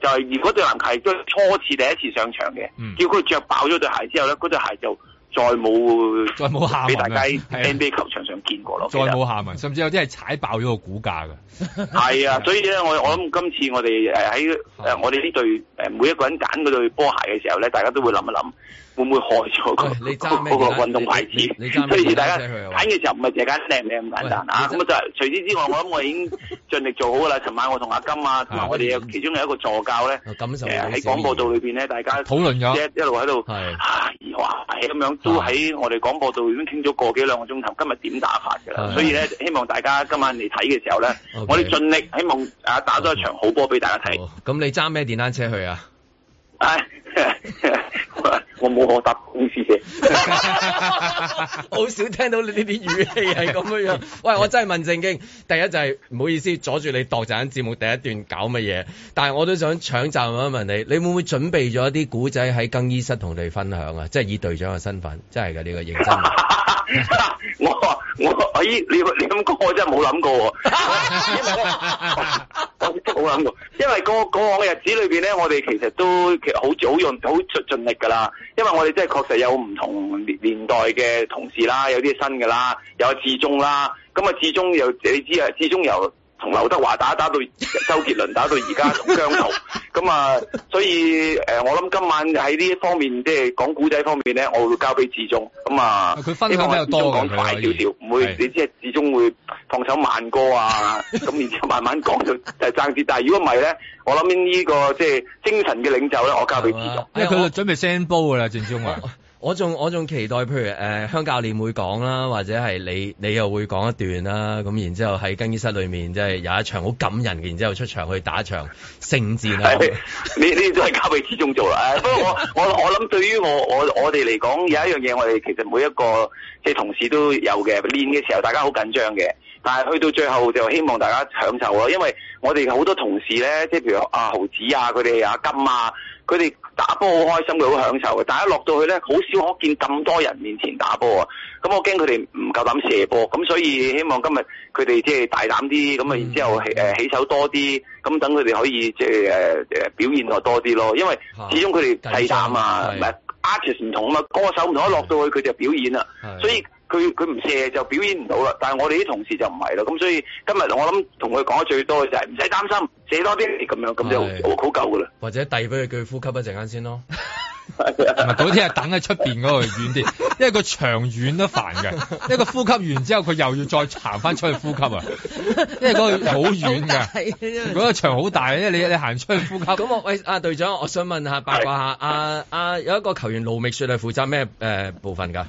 就係而嗰對籃球鞋都係初次第一次上場嘅，嗯結果佢着爆咗對鞋之後咧，嗰對鞋就再冇再冇下文啦俾大家係喺啊 NBA 球場上見過咯，再冇下文，甚至有啲係踩爆咗個股價㗎。 係啊，所以咧，我我諗今次我哋誒喺啊誒我哋呢隊誒每一個人揀嗰對波鞋嘅時候咧，大家都會諗一諗，會唔會害咗嗰你個揸咩嗰個而家運動牌子你你你揸？咩所以大而家家車佢啊揀嘅時候唔係淨係揀靚唔靚咁簡單啊！咁啊，就除此之外，我諗我已經盡力做好㗎啦。尋晚我同阿金啊，同埋我哋有其中有一個助教咧，嗯啊感受誒到少喺少廣播啊道裏邊咧，大家討論咗一一路喺度係啊，哇係咁樣，都喺我哋廣播道已經傾咗個幾兩個鐘頭，今日點打法㗎啦係？所以咧，希望大家今晚嚟睇嘅時候咧 OK 我哋盡力希望啊打多一場好波俾大家睇。咁你揸咩電單車去啊？唉， 我冇可答公司嘅。 好少聽到你呢啲語氣係咁樣樣。喂，我真係問正經，第一就係、唔好意思阻住你度陣節目第一段搞乜嘢，但係我都想搶站咁樣問你，你會唔會準備咗一啲古仔喺更衣室同你分享啊？即係以隊長嘅身份，真係嘅呢個認 真。我我咦，你你咁講我真係冇諗過喎，我我真係冇諗過，因為過過往嘅日子裏邊咧，我哋其實都其實好好用好盡盡力㗎啦，因為我哋真係確實有唔同年年代嘅同事啦，有啲新㗎啦，有阿志忠啦，咁啊志忠又你知啊，志忠由同劉德華打打到周杰倫打到而家同姜濤，咁啊，所以誒、呃我諗今晚喺呢一方面，即係講古仔方面咧，我會交俾志忠，咁啊，佢分享比較多希望嘅志忠講 佢快可以少少，唔會你啊知係始終會放首慢歌 啊，咁然之後慢慢講就就爭啲。但係如果唔係咧，我諗呢、個即係精神嘅領袖咧，我交俾志忠。因為佢準備 send 煲㗎啦，啊鄭中華。哎我仲我仲期待，譬如誒、呃、香教練會講啦，或者係你你又會講一段啦，咁然之後喺更衣室裏面即係有一場好感人嘅，然之後出場去打一場聖戰啊！係 你呢啲都係交俾志忠做啦。誒 不過我我我諗對於我我我哋嚟講，有一樣嘢我哋其實每一個即係同事都有嘅。練嘅時候大家好緊張嘅，但係去到最後就希望大家享受咯。因為我哋好多同事咧，即係譬如阿豪子啊，佢哋阿金啊，佢哋打波好開心，佢好享受嘅。但係一落到去咧，好少可見咁多人面前打波啊。咁我驚佢哋唔夠膽射波，咁所以希望今日佢哋即係大膽啲，咁啊然之後誒、呃起手多啲，咁等佢哋可以即係誒誒表現落多啲咯。因為始終佢哋細膽啊，唔係 artist 唔同啊嘛，歌手唔同，一落到去佢就表演啦，所以。佢佢唔射就表演唔到啦，但係我哋啲同事就唔係啦，咁所以今日我諗同佢講得最多嘅就係唔使擔心，射多啲咁樣，咁就好好夠噶啦。或者遞俾佢佢呼吸一陣間先咯。唔係嗰啲係等喺出邊嗰度遠啲，因為個長遠都煩嘅，一個呼吸完之後佢又要再行翻出去呼吸啊，因為嗰個好遠嘅，嗰個 場好大，因為你你行出去呼 吸。咁我喂阿隊長，我想問下八卦下，阿阿有一個球員盧覓雪係負責咩誒部分㗎？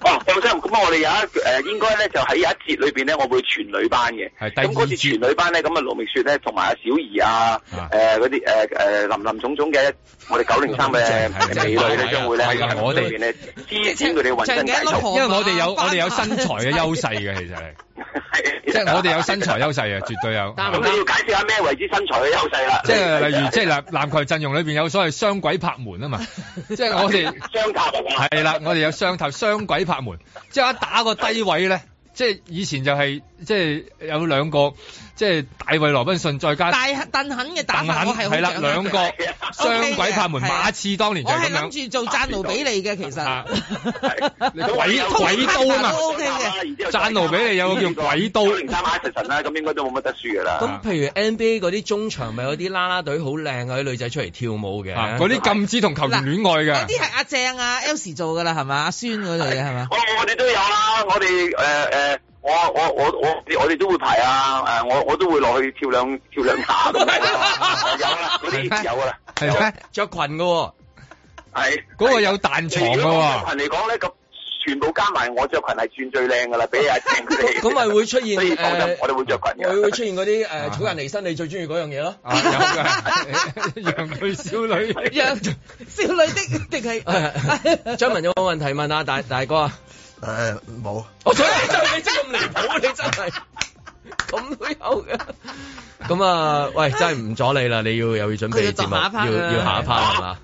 哦，咁先，咁我哋有一誒應該咧就喺有一節裏邊咧，我會全女班嘅。咁嗰次全女班咧，咁啊盧覓雪咧，同埋阿小儀啊，誒嗰啲誒誒林林總總嘅，我哋九零三嘅美女咧，將會咧啊係啊喺我哋裏邊咧支持佢哋渾身解因數。為我 哋有我哋有身材嘅優勢嘅，其實係，即係我哋有身材優勢嘅，啊絕對有。咁你要解釋下咩為之身材嘅優 勢啦。啊即係例如，即係籃籃球陣容裏邊有所謂雙軌拍門啊嘛， 即係我哋雙塔啊係啊啦，我哋有雙頭雙軌拍門，即係一打個低位咧，即係以前就係、即係有兩個，即係大衛羅賓遜再加大鄧肯嘅打鄧法我 係肯好係啦，掌握兩個嘅雙軌拍門， OK 嘅係啊馬刺當年就我係係咁樣。啊諗住做贊奴比利嘅，其實鬼鬼刀啊嘛都 OK 嘅。贊奴比利有個叫鬼刀，啊零三 Artisan 啦，咁應該都冇乜得輸噶啦。咁譬如 NBA 嗰啲中場咪有啲啦啦隊好靚啊嗰啲女仔出嚟跳舞嘅，啊嗰啲禁止同球員戀愛嗰啲係阿鄭啊 Elsie 做噶啦，係嘛？阿孫嗰類嘅係嘛？我哦哋都有啦，我哋誒誒，我我我我我哋都會排啊，誒我我都會落去跳兩跳兩下 咁樣啊，有啦，嗰啲有噶啦，係咩？着裙嘅喎，係嗰個有彈床嘅如果喎講着。裙嚟講咧，咁全部加埋我着裙係算最靚噶啦，俾阿 鄭佢哋。咁咪會出呃現所以講真誒，我哋會着裙會嘅。會出現嗰啲啊誒草人離身，你最中意嗰樣嘢咯。 洋具少女，洋少女的定係 張文有冇問題問啊？大大哥啊？誒冇。我想你真係你真係咁離譜，你真係咁都有嘅。咁啊，喂，真係唔阻你啦，你要又要準佢要備作節目，下一 part 要啦要下一 part 係嘛？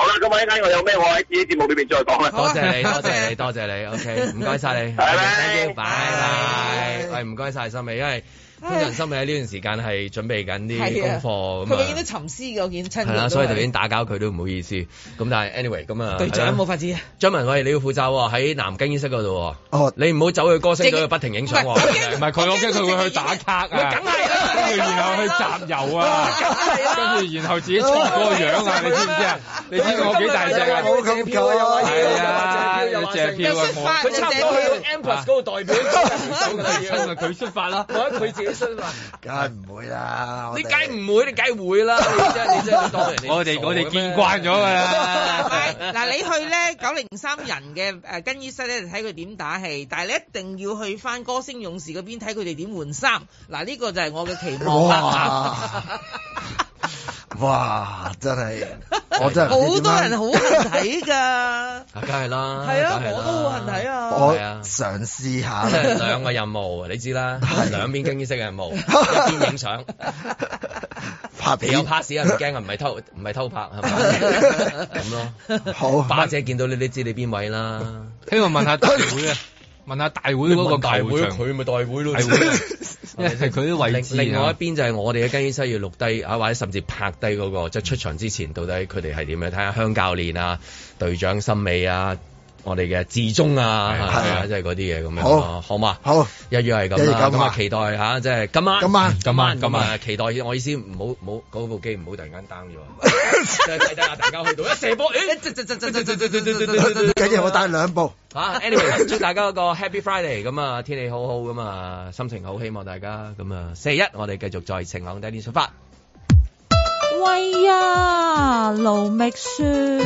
好啦，咁晚睇我有咩，我喺自己節目裏邊再講啦。多謝你，多謝你，多謝你，OK，唔該晒你，拜拜，拜拜，喂，唔該晒心美，因為通常心美喺呢段時間係準備緊啲係啊功課佢永咁遠啊都。沉思嘅，我見親係啦，所以頭先打攪佢都唔好意思。咁但係 anyway 咁啊，隊長係啦冇法子啊。張文喂，你要負責喎，喺南京醫室嗰度喎。哦，你唔好走去歌星嗰度不停影相喎。唔係佢，我驚佢會去打卡啊，梗 跟住然後去集郵啊，跟住然後自己錯嗰個樣啊，你知唔知啊？你知我幾大隻啊？冇咁票又話係要啊，又話借票啊，我佢差唔多去到 M Plus 嗰度代表走㗎要親啊，佢出發啦，或者佢自己出發。梗係唔會啦，我你哋梗係唔會，你梗係會啦！你真係你真係當人哋我哋我哋見慣咗㗎啦。 嗱，你去咧九零三人嘅誒更衣室咧，就睇佢點打氣，但係你一定要去翻歌星勇士嗰邊睇佢哋點換衫。嗱，呢個就 係我嘅期望啦。哇！哇！真係我真係唔好知點多樣人好恨睇 㗎，啊，梗係啦，係啊，梗係我啦都好恨睇啊。我係啊嘗試下即係啦。兩個任務，啊你知啦，兩邊經醫式嘅任 務，一邊影相，拍你片有 pass 啊，唔驚啊，唔係偷唔係偷拍係 咪？咁咯，好，巴姐見到你，你知你邊位啦。希望問下大會 啊，問下大會嗰個大會球場佢咪大會咯大會啊因為佢啲位置啊另另外一邊就係我哋嘅更衣室要錄低啊，或者甚至拍低嗰、個，即係出場之前到底佢哋係點樣？睇下香教練啊、隊長森美啊、我哋嘅志忠啊，係係係啊，即係嗰啲嘢咁樣好咯，好嘛？好，一於係一於咁啦，咁咁啊啊期待嚇，即係今晚，今晚今晚，今今晚晚，期待。我意思唔好唔好嗰部機唔好突然間 down 咗，啊即係睇睇下大家去到一射波，誒，跟住我帶兩部。啊，anyway，祝大家一個 Happy Friday 咁啊，天氣好好咁啊，心情好，希望大家咁啊，四一我哋繼續在晴朗底啲出發。喂呀，盧覓雪。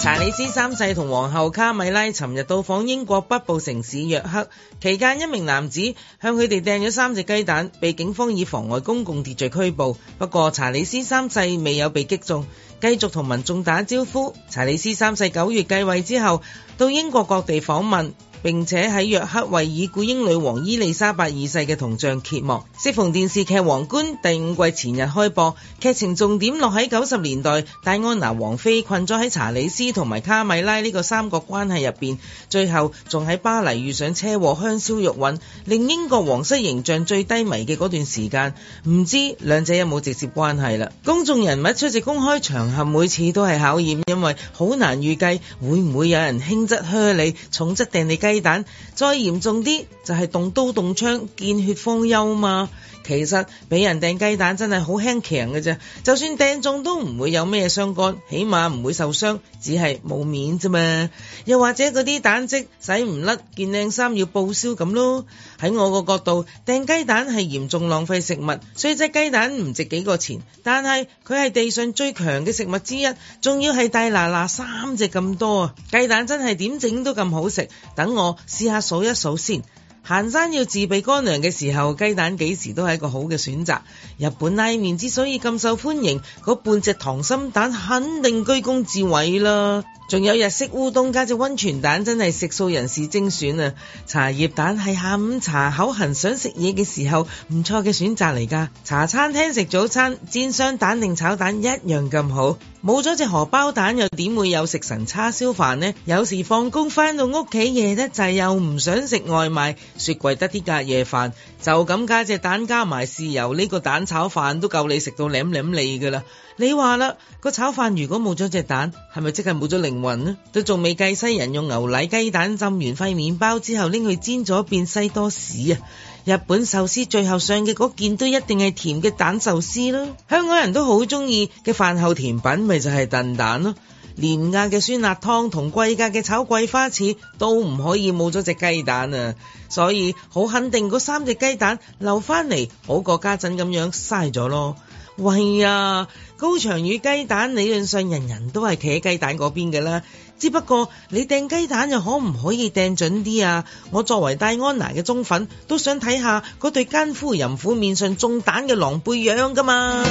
查理斯三世同皇后卡米拉尋日到訪英國北部城市約克，期間一名男子向佢哋掟咗三隻雞蛋，被警方以妨礙公共秩序拘捕。不過查理斯三世未有被擊中，繼續同民眾打招呼。查理斯三世九月繼位之後，到英國各地訪問。並且喺約克維爾古英女王伊麗莎白二世嘅銅像揭幕。適逢電視劇《皇冠》第五季前日開播，劇情重點落喺九十年代戴安娜王妃困咗喺查理斯同埋卡米拉呢個三角關係入邊，最後仲喺巴黎遇上車禍香消玉殞，令英國皇室形象最低迷嘅嗰段時間，唔知兩者有冇直接關係啦？公眾人物出席公開場合每次都係考驗，因為好難預計會唔會有人輕則靴你，重則掟你雞蛋，再嚴重啲就係動刀動槍，見血方休嘛。其實俾人掟雞蛋真係好輕強嘅啫，就算掟中都唔會有咩相干，起碼唔會受傷，只係冇面啫嘛。又或者嗰啲蛋積洗唔甩，件靚衫要報銷咁咯。喺我個角度，掟雞蛋係嚴重浪費食物，雖則雞蛋唔值幾個錢，但係佢係地上最強嘅食物之一，仲要係大嗱嗱三隻咁多啊！雞蛋真係點整都咁好食，等我試下數一數先。行山要自備乾糧嘅時候，雞蛋幾時都係一個好嘅選擇。日本拉麵之所以咁受歡迎，嗰半隻溏心蛋肯定居功至偉啦。仲有日式烏冬加隻温泉蛋，真係食素人士精選啊！茶葉蛋係下午茶口痕想食嘢嘅時候唔錯嘅選擇嚟㗎。茶餐廳食早餐，煎雙蛋定炒蛋一樣咁好。冇咗隻荷包蛋又點會有食神叉燒飯呢？有時放工返到屋企夜得滯，又唔想食外賣，雪櫃得啲隔夜飯，就咁加隻蛋加埋豉油呢個蛋炒飯都夠你食到舐舐脷㗎啦。你話啦，個炒飯如果冇咗隻蛋，係咪即係冇咗靈魂呢？都仲未計西人用牛奶雞蛋浸完塊麵包之後拎去煎咗變西多士啊！日本壽司最後上嘅嗰件都一定係甜嘅蛋壽司啦。香港人都好中意嘅飯後甜品咪就係燉蛋咯。廉價嘅酸辣湯同貴價嘅炒桂花翅都唔可以冇咗隻雞蛋啊！所以好肯定嗰三隻雞蛋留翻嚟好過家陣咁樣嘥咗咯。喂呀，高牆與雞蛋理論上人人都係企喺雞蛋嗰邊嘅啦，只不過你掟雞蛋又可唔可以掟準啲啊？我作為戴安娜嘅忠粉，都想睇下嗰對奸夫淫婦面上中蛋嘅狼狽樣噶嘛。